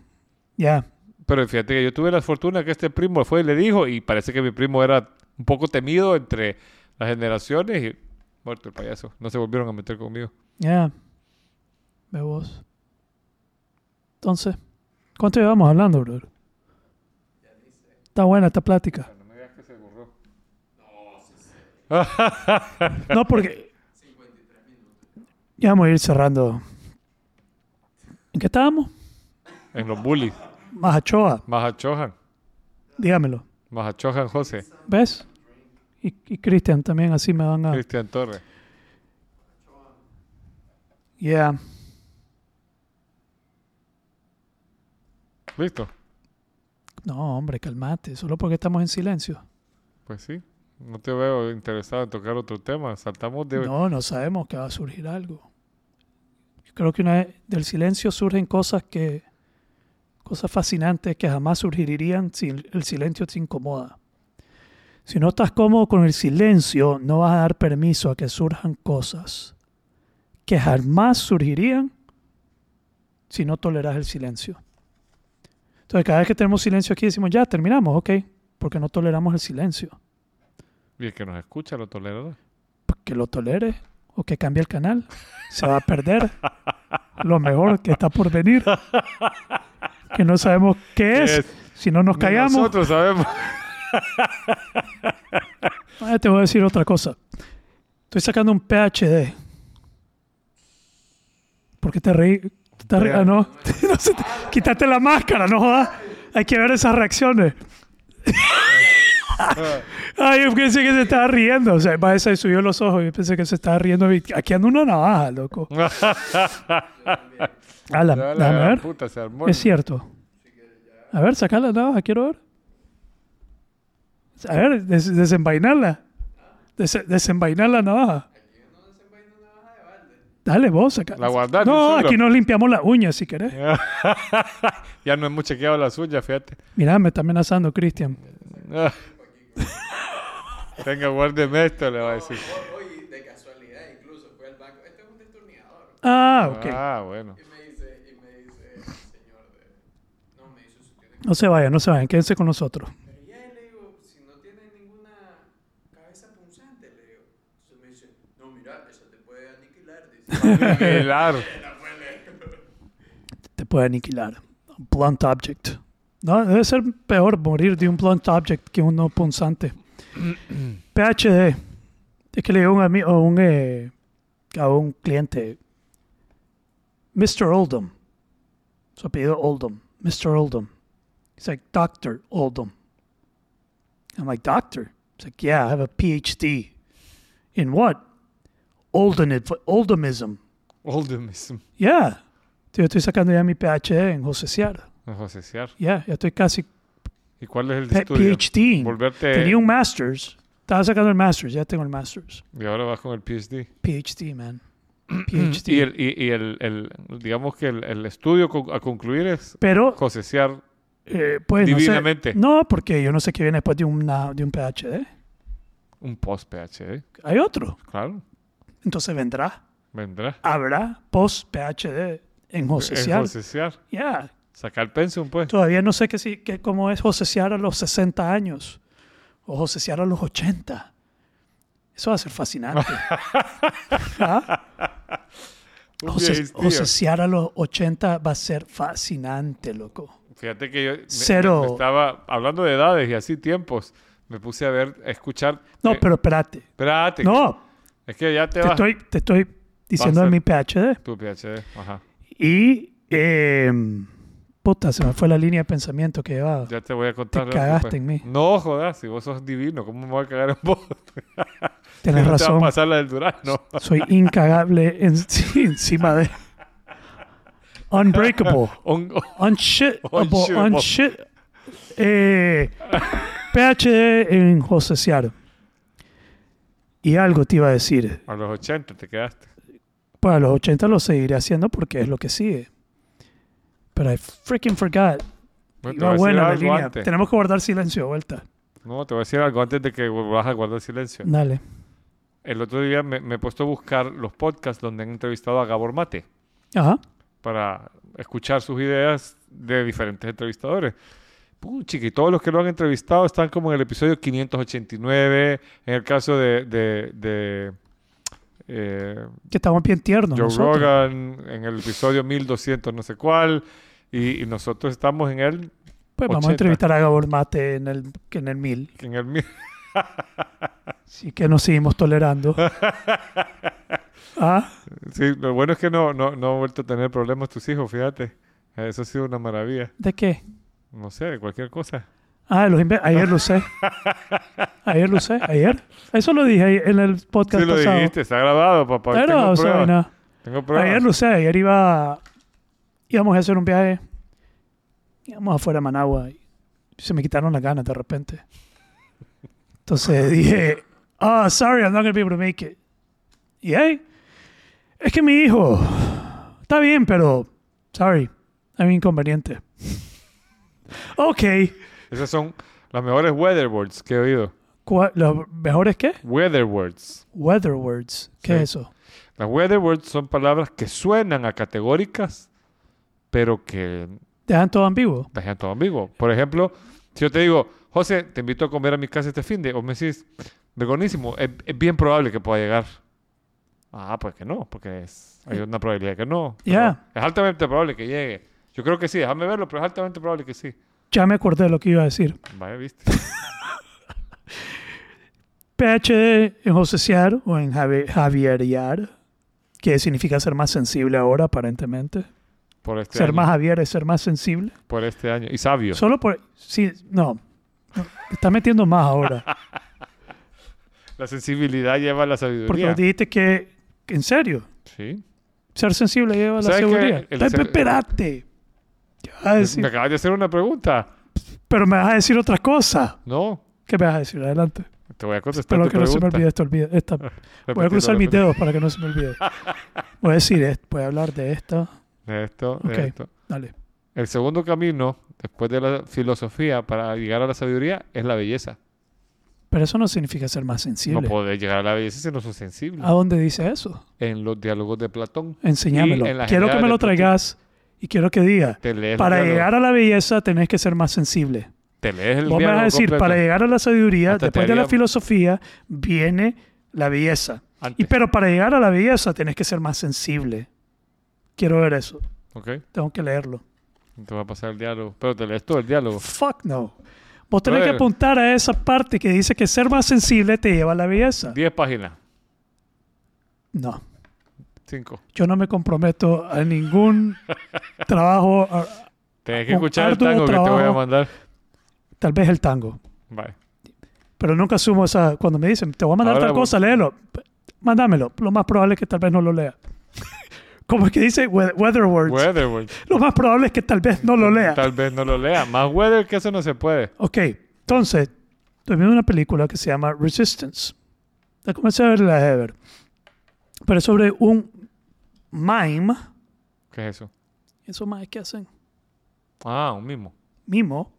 Speaker 1: Ya.
Speaker 2: Pero fíjate que yo tuve la fortuna que este primo fue y le dijo, y parece que mi primo era un poco temido entre las generaciones y muerto el payaso. No se volvieron a meter conmigo.
Speaker 1: Ya. Ve vos. Entonces, ¿cuánto llevamos hablando, bro? Está buena esta plática. No, porque. Ya vamos a ir cerrando. ¿En qué estábamos?
Speaker 2: En los bullies.
Speaker 1: Majachoa,
Speaker 2: Majachohan.
Speaker 1: dígamelo.
Speaker 2: Majachohan José.
Speaker 1: ¿Ves? Y, y Cristian también, así me van a.
Speaker 2: Cristian Torres.
Speaker 1: Yeah.
Speaker 2: ¿Listo?
Speaker 1: No, hombre, calmate. Solo porque estamos en silencio.
Speaker 2: Pues sí. No te veo interesado en tocar otro tema. Saltamos de...
Speaker 1: No, no sabemos que va a surgir algo. Yo creo que una vez del silencio surgen cosas que cosas fascinantes que jamás surgirían si el el silencio te incomoda. Si no estás cómodo con el silencio, no vas a dar permiso a que surjan cosas que jamás surgirían si no toleras el silencio. Entonces, cada vez que tenemos silencio aquí decimos, ya, terminamos, ok, porque no toleramos el silencio.
Speaker 2: Y el que nos escucha lo tolerará.
Speaker 1: pues, que lo tolere o que cambie el canal. Se va a perder lo mejor que está por venir. Que no sabemos qué es. Si no nos
Speaker 2: Ni
Speaker 1: callamos,
Speaker 2: Nosotros sabemos.
Speaker 1: Ah, te voy a decir otra cosa. Estoy sacando un PhD. ¿Por qué te reí? ¿Te reí? Ah, no. No sé, te- Quítate la máscara, no jodas. Hay que ver esas reacciones. Ah, yo pensé que se estaba riendo. O sea, va esa y subió los ojos. Yo pensé que se estaba riendo. Y Aquí anda una navaja, loco. A la,
Speaker 2: La
Speaker 1: déjame ver.
Speaker 2: puta se armó.
Speaker 1: Es cierto. A ver, saca la navaja, quiero ver. A ver, des- desenvainarla. Des- desenvainar la navaja. Dale vos, saca.
Speaker 2: La guardás,
Speaker 1: No,
Speaker 2: Lucero.
Speaker 1: aquí nos limpiamos las uñas si querés.
Speaker 2: ya no hemos chequeado la suya, fíjate. Ah.
Speaker 1: Mirá, me está amenazando Cristian.
Speaker 2: Venga, guárdeme esto, le va a decir.
Speaker 3: Hoy, de casualidad, incluso fue al banco. Este es un destornillador.
Speaker 1: Ah, ok.
Speaker 2: Ah, bueno.
Speaker 3: Y me dice, y me dice, señor, de... no me dice, usted tiene
Speaker 1: No se vayan, no se vayan, quédense con nosotros.
Speaker 3: Pero ya le digo, si no tiene ninguna cabeza punzante, le digo. Entonces me dice, no, mira, eso te puede aniquilar. Dice,
Speaker 2: Hilar.
Speaker 1: Te puede aniquilar. Un Blunt object. No, debe ser peor morir de un blunt object que uno punzante. PhD. Es que le digo a un amigo, a un, eh, a un cliente, Mr. Oldham. Su apellido Oldham. Mr. Oldham. He's like, Dr. Oldham. I'm like, Doctor? He's like, yeah, I have a PhD. In what? Olden, Oldhamism.
Speaker 2: Oldemism.
Speaker 1: Yeah. Yo estoy sacando ya mi PhD en José Seara.
Speaker 2: José Ciar.
Speaker 1: Yeah, ya estoy casi
Speaker 2: ¿Y cuál es el
Speaker 1: Pe-
Speaker 2: estudio?
Speaker 1: PhD.
Speaker 2: Volverte.
Speaker 1: Tenía un master's. Estaba sacando el master's. Ya tengo el master's.
Speaker 2: Y ahora vas con el PhD.
Speaker 1: PhD, man.
Speaker 2: Y
Speaker 1: PhD.
Speaker 2: el, y, y el, el- digamos que el, el estudio con- a concluir es
Speaker 1: Pero,
Speaker 2: José Ciar.
Speaker 1: eh, pues, no sé.
Speaker 2: Divinamente.
Speaker 1: No, porque yo no sé qué viene después de, una, de un PhD.
Speaker 2: un post-PhD.
Speaker 1: Hay otro.
Speaker 2: Claro,
Speaker 1: Entonces vendrá.
Speaker 2: vendrá.
Speaker 1: Habrá post-PhD en José
Speaker 2: Es
Speaker 1: Seara.
Speaker 2: José Ciar.
Speaker 1: Yeah.
Speaker 2: Sacar pensum, pues.
Speaker 1: Todavía no sé qué si, qué- cómo es José Seara a los 60 años o José Seara a los 80. Eso va a ser fascinante. ¿Ah?
Speaker 2: Un
Speaker 1: José,
Speaker 2: PhD.
Speaker 1: José Seara a los 80 va a ser fascinante, loco.
Speaker 2: Fíjate que yo me- me-
Speaker 1: Cero.
Speaker 2: me estaba hablando de edades y así tiempos. Me puse a ver, a escuchar.
Speaker 1: No,
Speaker 2: eh,
Speaker 1: pero espérate.
Speaker 2: Espérate.
Speaker 1: No,
Speaker 2: Es que ya te,
Speaker 1: te
Speaker 2: vas.
Speaker 1: estoy, te estoy diciendo
Speaker 2: Vas
Speaker 1: de
Speaker 2: a-
Speaker 1: mi PhD.
Speaker 2: Tu PhD. Ajá.
Speaker 1: Y, eh, puta, se me fue la línea de pensamiento que llevaba.
Speaker 2: Ya te voy a contar.
Speaker 1: Te
Speaker 2: rápido,
Speaker 1: cagaste
Speaker 2: pues.
Speaker 1: en mí.
Speaker 2: No, jodas, si vos sos divino, ¿cómo me voy a cagar en vos?
Speaker 1: Tienes
Speaker 2: No Te va a
Speaker 1: razón.
Speaker 2: pasar la del Durazno.
Speaker 1: Soy incagable en- encima de... Unbreakable.
Speaker 2: Un-
Speaker 1: Unshit.
Speaker 2: Unshitable.
Speaker 1: Unshit. Eh, PhD en José Seara. Y algo te iba a decir.
Speaker 2: a los 80 te quedaste.
Speaker 1: Pues a los 80 lo seguiré haciendo porque es lo que sigue. Pero I freaking forgot.
Speaker 2: Bueno,
Speaker 1: Iba
Speaker 2: te voy a decir
Speaker 1: buena la
Speaker 2: algo
Speaker 1: línea.
Speaker 2: antes.
Speaker 1: Tenemos que guardar silencio, vuelta.
Speaker 2: No, te voy a decir algo antes de que vas a guardar silencio.
Speaker 1: Dale.
Speaker 2: El otro día me, me he puesto a buscar los podcasts donde han entrevistado a Gabor Mate
Speaker 1: Ajá.
Speaker 2: para escuchar sus ideas de diferentes entrevistadores. Puchi, que todos los que lo han entrevistado están como en el episodio 589, en el caso de, de- de, eh,
Speaker 1: Que estamos bien tiernos.
Speaker 2: Joe
Speaker 1: nosotros.
Speaker 2: Rogan, en el episodio 1200 no sé cuál, y, y nosotros estamos en el...
Speaker 1: Pues vamos
Speaker 2: 80.
Speaker 1: a entrevistar a Gabor Mate en el, que en el 1000.
Speaker 2: En el mi-
Speaker 1: Así que nos seguimos tolerando. ah,
Speaker 2: sí, lo bueno es que no, no, no han vuelto a tener problemas tus hijos, fíjate. Eso ha sido una maravilla.
Speaker 1: ¿de qué?
Speaker 2: No sé, de cualquier cosa.
Speaker 1: Ah, los inve- ayer lo usé. Ayer lo usé, ayer. Eso lo dije ayer en el podcast
Speaker 2: Sí lo
Speaker 1: pasado.
Speaker 2: dijiste, está grabado, papá.
Speaker 1: Está
Speaker 2: Tengo
Speaker 1: grabado esa
Speaker 2: pruebas.
Speaker 1: vaina.
Speaker 2: Tengo pruebas.
Speaker 1: Ayer lo usé, ayer iba. Íbamos a hacer un viaje. Íbamos afuera a Managua y se me quitaron las ganas de repente. Entonces dije, ah, sorry, I'm not gonna be able to make it. Y ahí, es que mi hijo está bien, pero sorry, hay un inconveniente. Ok,
Speaker 2: Esas son las mejores weather words que he oído.
Speaker 1: ¿Cuál- ¿los mejores qué?
Speaker 2: Weather words.
Speaker 1: Weather words. ¿Qué
Speaker 2: Sí.
Speaker 1: es eso?
Speaker 2: Las weather words son palabras que suenan a categóricas, pero que
Speaker 1: Dejan todo ambiguo.
Speaker 2: dejan todo ambiguo. Por ejemplo, si yo te digo, José, te invito a comer a mi casa este fin de, o me decís, vergonísimo, es, es bien probable que pueda llegar. Ah, pues que no, porque es- hay una probabilidad que no. pero
Speaker 1: Ya.
Speaker 2: Es altamente probable que llegue. Yo creo que sí, déjame verlo, pero es altamente probable que sí.
Speaker 1: Ya me acordé de lo que iba a decir.
Speaker 2: Vaya, viste.
Speaker 1: PhD en Josear o en Javi- Javierear, que significa ser más sensible ahora, aparentemente.
Speaker 2: Por este
Speaker 1: ser
Speaker 2: año.
Speaker 1: más Javier es ser más sensible.
Speaker 2: por este año. Y sabio.
Speaker 1: Solo por. Sí, no. Te estás metiendo más ahora.
Speaker 2: Ah, La sensibilidad lleva a la sabiduría.
Speaker 1: Porque dijiste que, que en serio,
Speaker 2: Sí.
Speaker 1: ser sensible lleva a la
Speaker 2: ¿Sabes qué?
Speaker 1: seguridad.
Speaker 2: El
Speaker 1: Tal-
Speaker 2: ser-
Speaker 1: Espérate. Te vas a decir-
Speaker 2: Me acabas de hacer una pregunta.
Speaker 1: pero me vas a decir otra cosa.
Speaker 2: No,
Speaker 1: ¿Qué me vas a decir? Adelante.
Speaker 2: te voy a contestar
Speaker 1: Pero
Speaker 2: tu
Speaker 1: que no se me
Speaker 2: pregunta.
Speaker 1: olvide esto. olvide- esta. Voy a
Speaker 2: Repetilo,
Speaker 1: cruzar mis
Speaker 2: repetilo.
Speaker 1: dedos para que no se me olvide. Voy a decir esto. Voy a hablar de esto.
Speaker 2: De esto, de
Speaker 1: Ok.
Speaker 2: esto.
Speaker 1: Dale.
Speaker 2: El segundo camino, después de la filosofía, para llegar a la sabiduría, es la belleza.
Speaker 1: Pero eso no significa ser más
Speaker 2: No
Speaker 1: sensible. Ah.
Speaker 2: podés llegar a la belleza si no sos sensible.
Speaker 1: ¿A dónde dice eso?
Speaker 2: En los diálogos de Platón.
Speaker 1: Enséñamelo.
Speaker 2: Y en la
Speaker 1: Quiero que
Speaker 2: general
Speaker 1: me lo
Speaker 2: de Platón.
Speaker 1: traigas y quiero que diga.
Speaker 2: Te lees
Speaker 1: Para
Speaker 2: el diálogo-
Speaker 1: llegar a la belleza tenés que ser más sensible.
Speaker 2: Te lees el
Speaker 1: Vos me vas a
Speaker 2: diálogo
Speaker 1: decir,
Speaker 2: completo.
Speaker 1: para llegar a la sabiduría,
Speaker 2: Hasta
Speaker 1: después
Speaker 2: te
Speaker 1: de la
Speaker 2: haría-
Speaker 1: filosofía, viene la belleza.
Speaker 2: Antes.
Speaker 1: Y pero para llegar a la belleza tenés que ser más sensible. Quiero ver eso.
Speaker 2: Ok,
Speaker 1: Tengo que leerlo.
Speaker 2: te va a pasar el diálogo. Pero te lees todo el diálogo.
Speaker 1: Fuck no. Vos tenés
Speaker 2: Brother.
Speaker 1: que apuntar a esa parte que dice que ser más sensible te lleva a la belleza.
Speaker 2: 10 páginas.
Speaker 1: No.
Speaker 2: 5.
Speaker 1: Yo no me comprometo a ningún trabajo, a-
Speaker 2: Tienes que
Speaker 1: Un
Speaker 2: escuchar el
Speaker 1: arduo
Speaker 2: tango que te voy a
Speaker 1: trabajo.
Speaker 2: mandar.
Speaker 1: tal vez el tango.
Speaker 2: Vale.
Speaker 1: Pero nunca asumo esa. Cuando me dicen, te voy a mandar
Speaker 2: Ahora
Speaker 1: tal
Speaker 2: vos-
Speaker 1: cosa, léelo. P- Mándamelo. Lo más probable es que tal vez no lo lea. Como es que dice we- Weather Words.
Speaker 2: Weather, güey.
Speaker 1: Lo más probable es que tal vez no lo lea.
Speaker 2: Tal vez no lo lea. Más weather que eso no se puede.
Speaker 1: Ok, entonces, estoy viendo una película que se llama Resistance. La comencé a ver y la dejé de ver. Pero es sobre un mime.
Speaker 2: ¿Qué es eso?
Speaker 1: Esos mimes que hacen
Speaker 2: Ah, un mimo.
Speaker 1: mimo.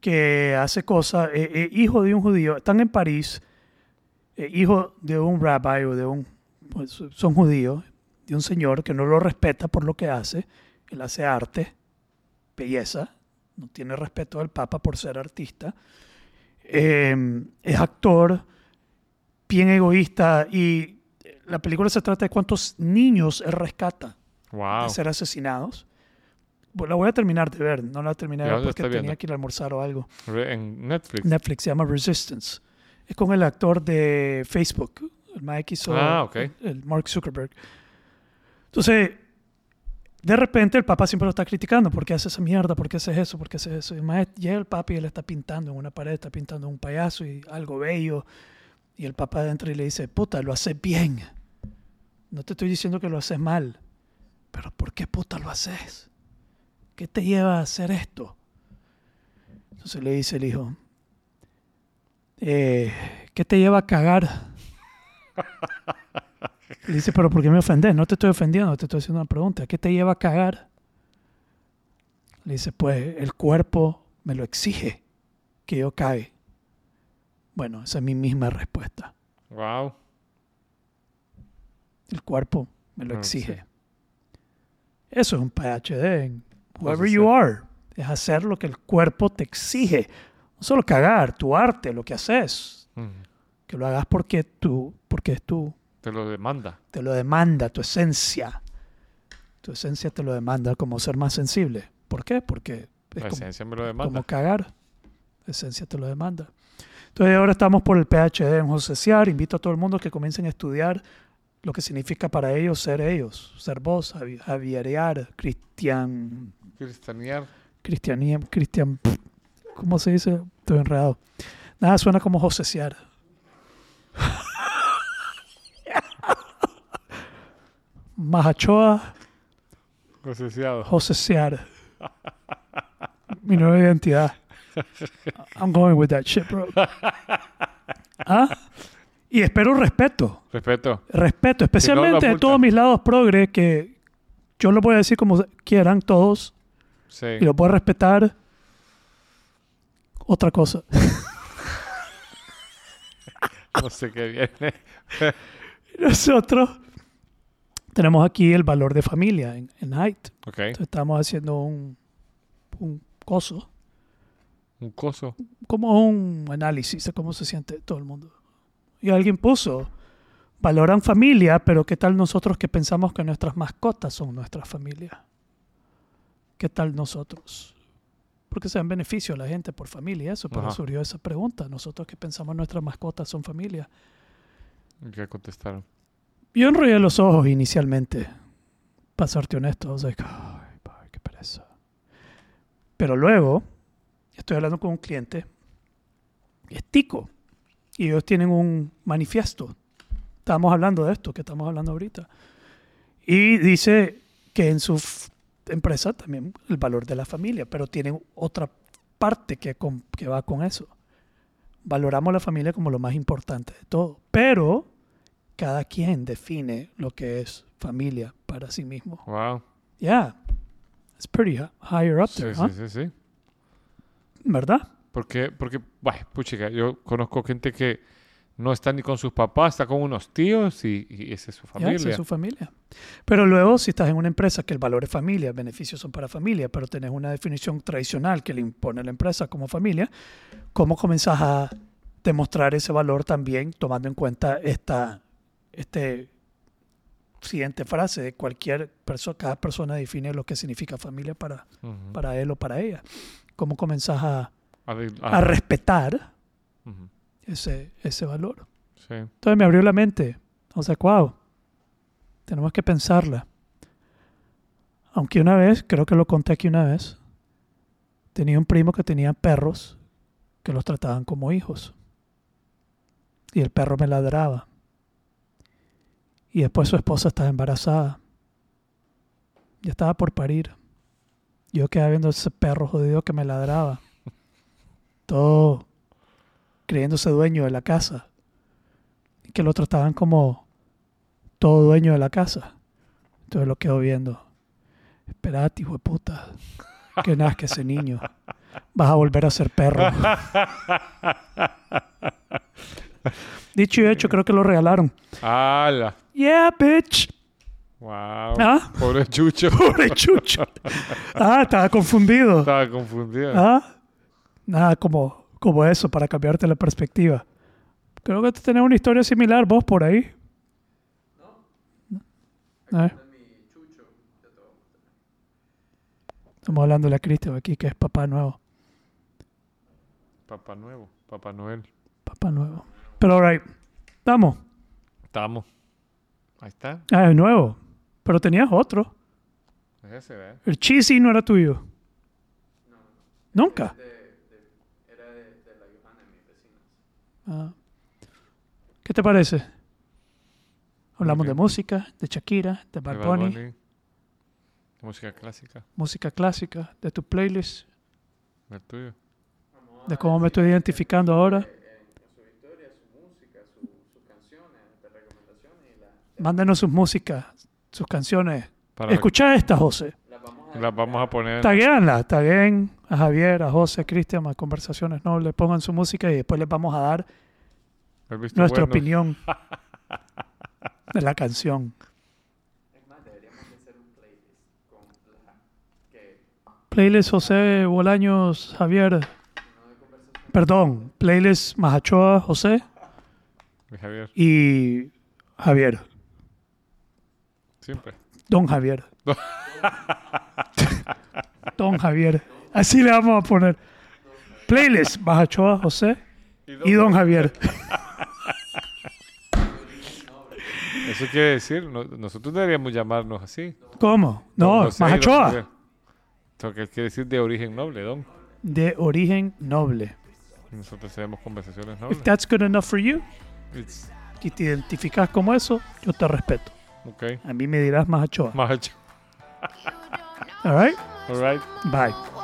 Speaker 1: Que hace cosas. eh, eh, hijo de un judío. Están en París. eh, hijo de un rabbi o de un. pues, son judíos. De un señor que no lo respeta por lo que hace. Él hace arte. belleza, no tiene respeto al Papa por ser artista, eh, es actor, bien egoísta y la película se trata de cuántos niños él rescata
Speaker 2: Wow.
Speaker 1: de ser asesinados. Bu- La voy a terminar de ver, no la terminé de
Speaker 2: ¿Ya
Speaker 1: ver
Speaker 2: dónde
Speaker 1: porque
Speaker 2: está
Speaker 1: tenía
Speaker 2: viendo?
Speaker 1: que ir a almorzar o algo.
Speaker 2: Re- En Netflix.
Speaker 1: Netflix se llama Resistance. Es con el actor de Facebook, el Mike que hizo
Speaker 2: Ah, ok.
Speaker 1: el, el Mark Zuckerberg. Entonces, de repente el papá siempre lo está criticando. ¿Por qué haces esa mierda? ¿Por qué haces eso? ¿Por qué haces eso? Y más llega el papi y él está pintando en una pared, está pintando un payaso y algo bello. Y el papá entra y le dice, puta, lo haces bien. No te estoy diciendo que lo haces mal. Pero ¿por qué puta lo haces? ¿Qué te lleva a hacer esto? Entonces le dice el hijo, eh, ¿qué te lleva a cagar? Le dice, pero ¿por qué me ofendes? No te estoy ofendiendo, te estoy haciendo una pregunta. ¿Qué te lleva a cagar? Le dice, pues el cuerpo me lo exige que yo cague. Bueno, esa es mi misma respuesta.
Speaker 2: Wow.
Speaker 1: El cuerpo me lo
Speaker 2: Ah,
Speaker 1: exige.
Speaker 2: sí.
Speaker 1: Eso es un PhD en whoever
Speaker 2: Pues,
Speaker 1: you
Speaker 2: sí.
Speaker 1: are. Es hacer lo que el cuerpo te exige. No solo cagar, tu arte, lo que haces. Que lo hagas porque tú, porque es tú,
Speaker 2: Mm. Te lo demanda.
Speaker 1: te lo demanda tu esencia. Tu esencia te lo demanda como ser más sensible. ¿Por qué? Porque es
Speaker 2: La
Speaker 1: como,
Speaker 2: esencia me lo demanda.
Speaker 1: como cagar. La esencia te lo demanda. Entonces ahora estamos por el PhD en José Ciar. Invito a todo el mundo que comiencen a estudiar lo que significa para ellos ser ellos, ser vos, javi- javierear, cristian,
Speaker 2: Cristianear.
Speaker 1: cristianía, cristian, ¿cómo se dice? Estoy enredado. Nada, suena como José Ciar. Majachoa,
Speaker 2: Asociado.
Speaker 1: José Sear. Mi nueva identidad. I'm going with that shit, bro. ¿Ah? Y espero respeto.
Speaker 2: Respeto.
Speaker 1: Respeto, especialmente de
Speaker 2: apunta.
Speaker 1: todos mis lados progres, que yo lo voy a decir como quieran todos
Speaker 2: Sí.
Speaker 1: y lo puedo respetar. Otra cosa.
Speaker 2: No sé qué viene.
Speaker 1: Nosotros tenemos aquí el valor de familia en, en Height.
Speaker 2: Ok.
Speaker 1: Entonces, estamos haciendo un, un coso,
Speaker 2: Un coso.
Speaker 1: como un análisis de cómo se siente todo el mundo. Y alguien puso, valoran familia, pero ¿qué tal nosotros que pensamos que nuestras mascotas son nuestra familia? ¿Qué tal nosotros? Porque se dan beneficio a la gente por familia, eso, pero
Speaker 2: Ajá.
Speaker 1: surgió esa pregunta. Nosotros que pensamos nuestras mascotas son familia.
Speaker 2: ¿Y ¿Qué contestaron?
Speaker 1: Yo enrollé los ojos inicialmente. Pasarte honesto, o sea, que, ay, pa, qué pereza. Pero luego estoy hablando con un cliente, es tico, y ellos tienen un manifiesto. Estábamos hablando de esto, que estamos hablando ahorita. Y dice que en su f- empresa también el valor de la familia, pero tienen otra parte que, con- que va con eso. Valoramos la familia como lo más importante de todo, pero cada quien define lo que es familia para sí mismo.
Speaker 2: Wow.
Speaker 1: Yeah. It's pretty hi- higher up
Speaker 2: Sí,
Speaker 1: there,
Speaker 2: sí,
Speaker 1: huh?
Speaker 2: sí, sí.
Speaker 1: ¿Verdad?
Speaker 2: Porque, porque, bueno, puchica, yo conozco gente que no está ni con sus papás, está con unos tíos y, y esa es su
Speaker 1: Ya, esa
Speaker 2: familia.
Speaker 1: es su familia. Pero luego, si estás en una empresa que el valor es familia, beneficios son para familia, pero tenés una definición tradicional que le impone la empresa como familia, ¿cómo comenzás a demostrar ese valor también tomando en cuenta esta este siguiente frase de cualquier persona, cada persona define lo que significa familia para,
Speaker 2: Ujú.
Speaker 1: para él o para ella? ¿Cómo comenzás a,
Speaker 2: A ver,
Speaker 1: a
Speaker 2: ah,
Speaker 1: respetar
Speaker 2: ujú.
Speaker 1: ese, ese valor?
Speaker 2: Sí.
Speaker 1: Entonces me abrió la mente. O sea, wow. Tenemos que pensarla. Aunque una vez, creo que lo conté aquí una vez, tenía un primo que tenía perros que los trataban como hijos. Y el perro me ladraba. Y después su esposa estaba embarazada. Ya estaba por parir. Yo quedaba viendo ese perro jodido que me ladraba. Todo creyéndose dueño de la casa que lo trataban como todo dueño de la casa. Entonces lo quedo viendo. Esperate, hijo de puta. Que nazca ese niño. Vas a volver a ser perro. Dicho y hecho, creo que lo regalaron.
Speaker 2: ¡Hala!
Speaker 1: Yeah, bitch.
Speaker 2: ¡Wow!
Speaker 1: Ah.
Speaker 2: Pobre Chucho.
Speaker 1: Pobre chucho. Ah, estaba confundido.
Speaker 2: Estaba confundido.
Speaker 1: Ah, nada como, como eso, para cambiarte la perspectiva. Creo que tú tenés una historia similar vos por ahí. Eh. A ver. Estamos hablando de la Cristian aquí, que es papá nuevo.
Speaker 2: Papá Nuevo, Papá Noel.
Speaker 1: Papá nuevo. Pero, all right. Vamos.
Speaker 2: Estamos. Ahí está.
Speaker 1: Ah, es nuevo. Pero tenías otro.
Speaker 2: Es ese, ¿verdad?
Speaker 1: El cheesy no era tuyo. Nunca.
Speaker 3: Era de, de la Johanna, mi vecina.
Speaker 1: Ah. ¿Qué te parece? Hablamos
Speaker 2: Ok.
Speaker 1: de música, de Shakira, de
Speaker 2: De
Speaker 1: Bad Bunny,
Speaker 2: Bunny. Música clásica.
Speaker 1: música clásica, de tu playlist,
Speaker 2: El tuyo.
Speaker 1: de cómo me estoy identificando ahora. Mándanos sus músicas, sus canciones.
Speaker 2: Para
Speaker 1: Escucha esta, José.
Speaker 2: Las vamos a poner.
Speaker 1: Tagueanla, taguen a Javier, a José, a Cristian, a Conversaciones Nobles, pongan su música y después les vamos a dar
Speaker 2: el visto
Speaker 1: nuestra
Speaker 2: bueno.
Speaker 1: opinión de la canción.
Speaker 3: Es más, deberíamos de hacer un playlist con la que
Speaker 1: Playlist José Bolaños, Javier. Perdón, playlist Majachoa, José
Speaker 2: Javier,
Speaker 1: y Javier,
Speaker 2: siempre.
Speaker 1: Don Javier. Don Javier. Así le vamos a poner. Playlist Majachoa, José y Don Javier.
Speaker 2: Eso quiere decir, no- nosotros deberíamos llamarnos así.
Speaker 1: ¿Cómo? No,
Speaker 2: sé,
Speaker 1: Majachoa.
Speaker 2: Lo que quiere decir de origen noble, don.
Speaker 1: De origen noble.
Speaker 2: Nosotros tenemos conversaciones nobles.
Speaker 1: If that's good enough for you, Este-
Speaker 2: It's-
Speaker 1: y te identificas como eso, yo te respeto.
Speaker 2: ok.
Speaker 1: A mí me dirás Majachoa.
Speaker 2: Macho.
Speaker 1: All right?
Speaker 2: All right.
Speaker 1: Bye.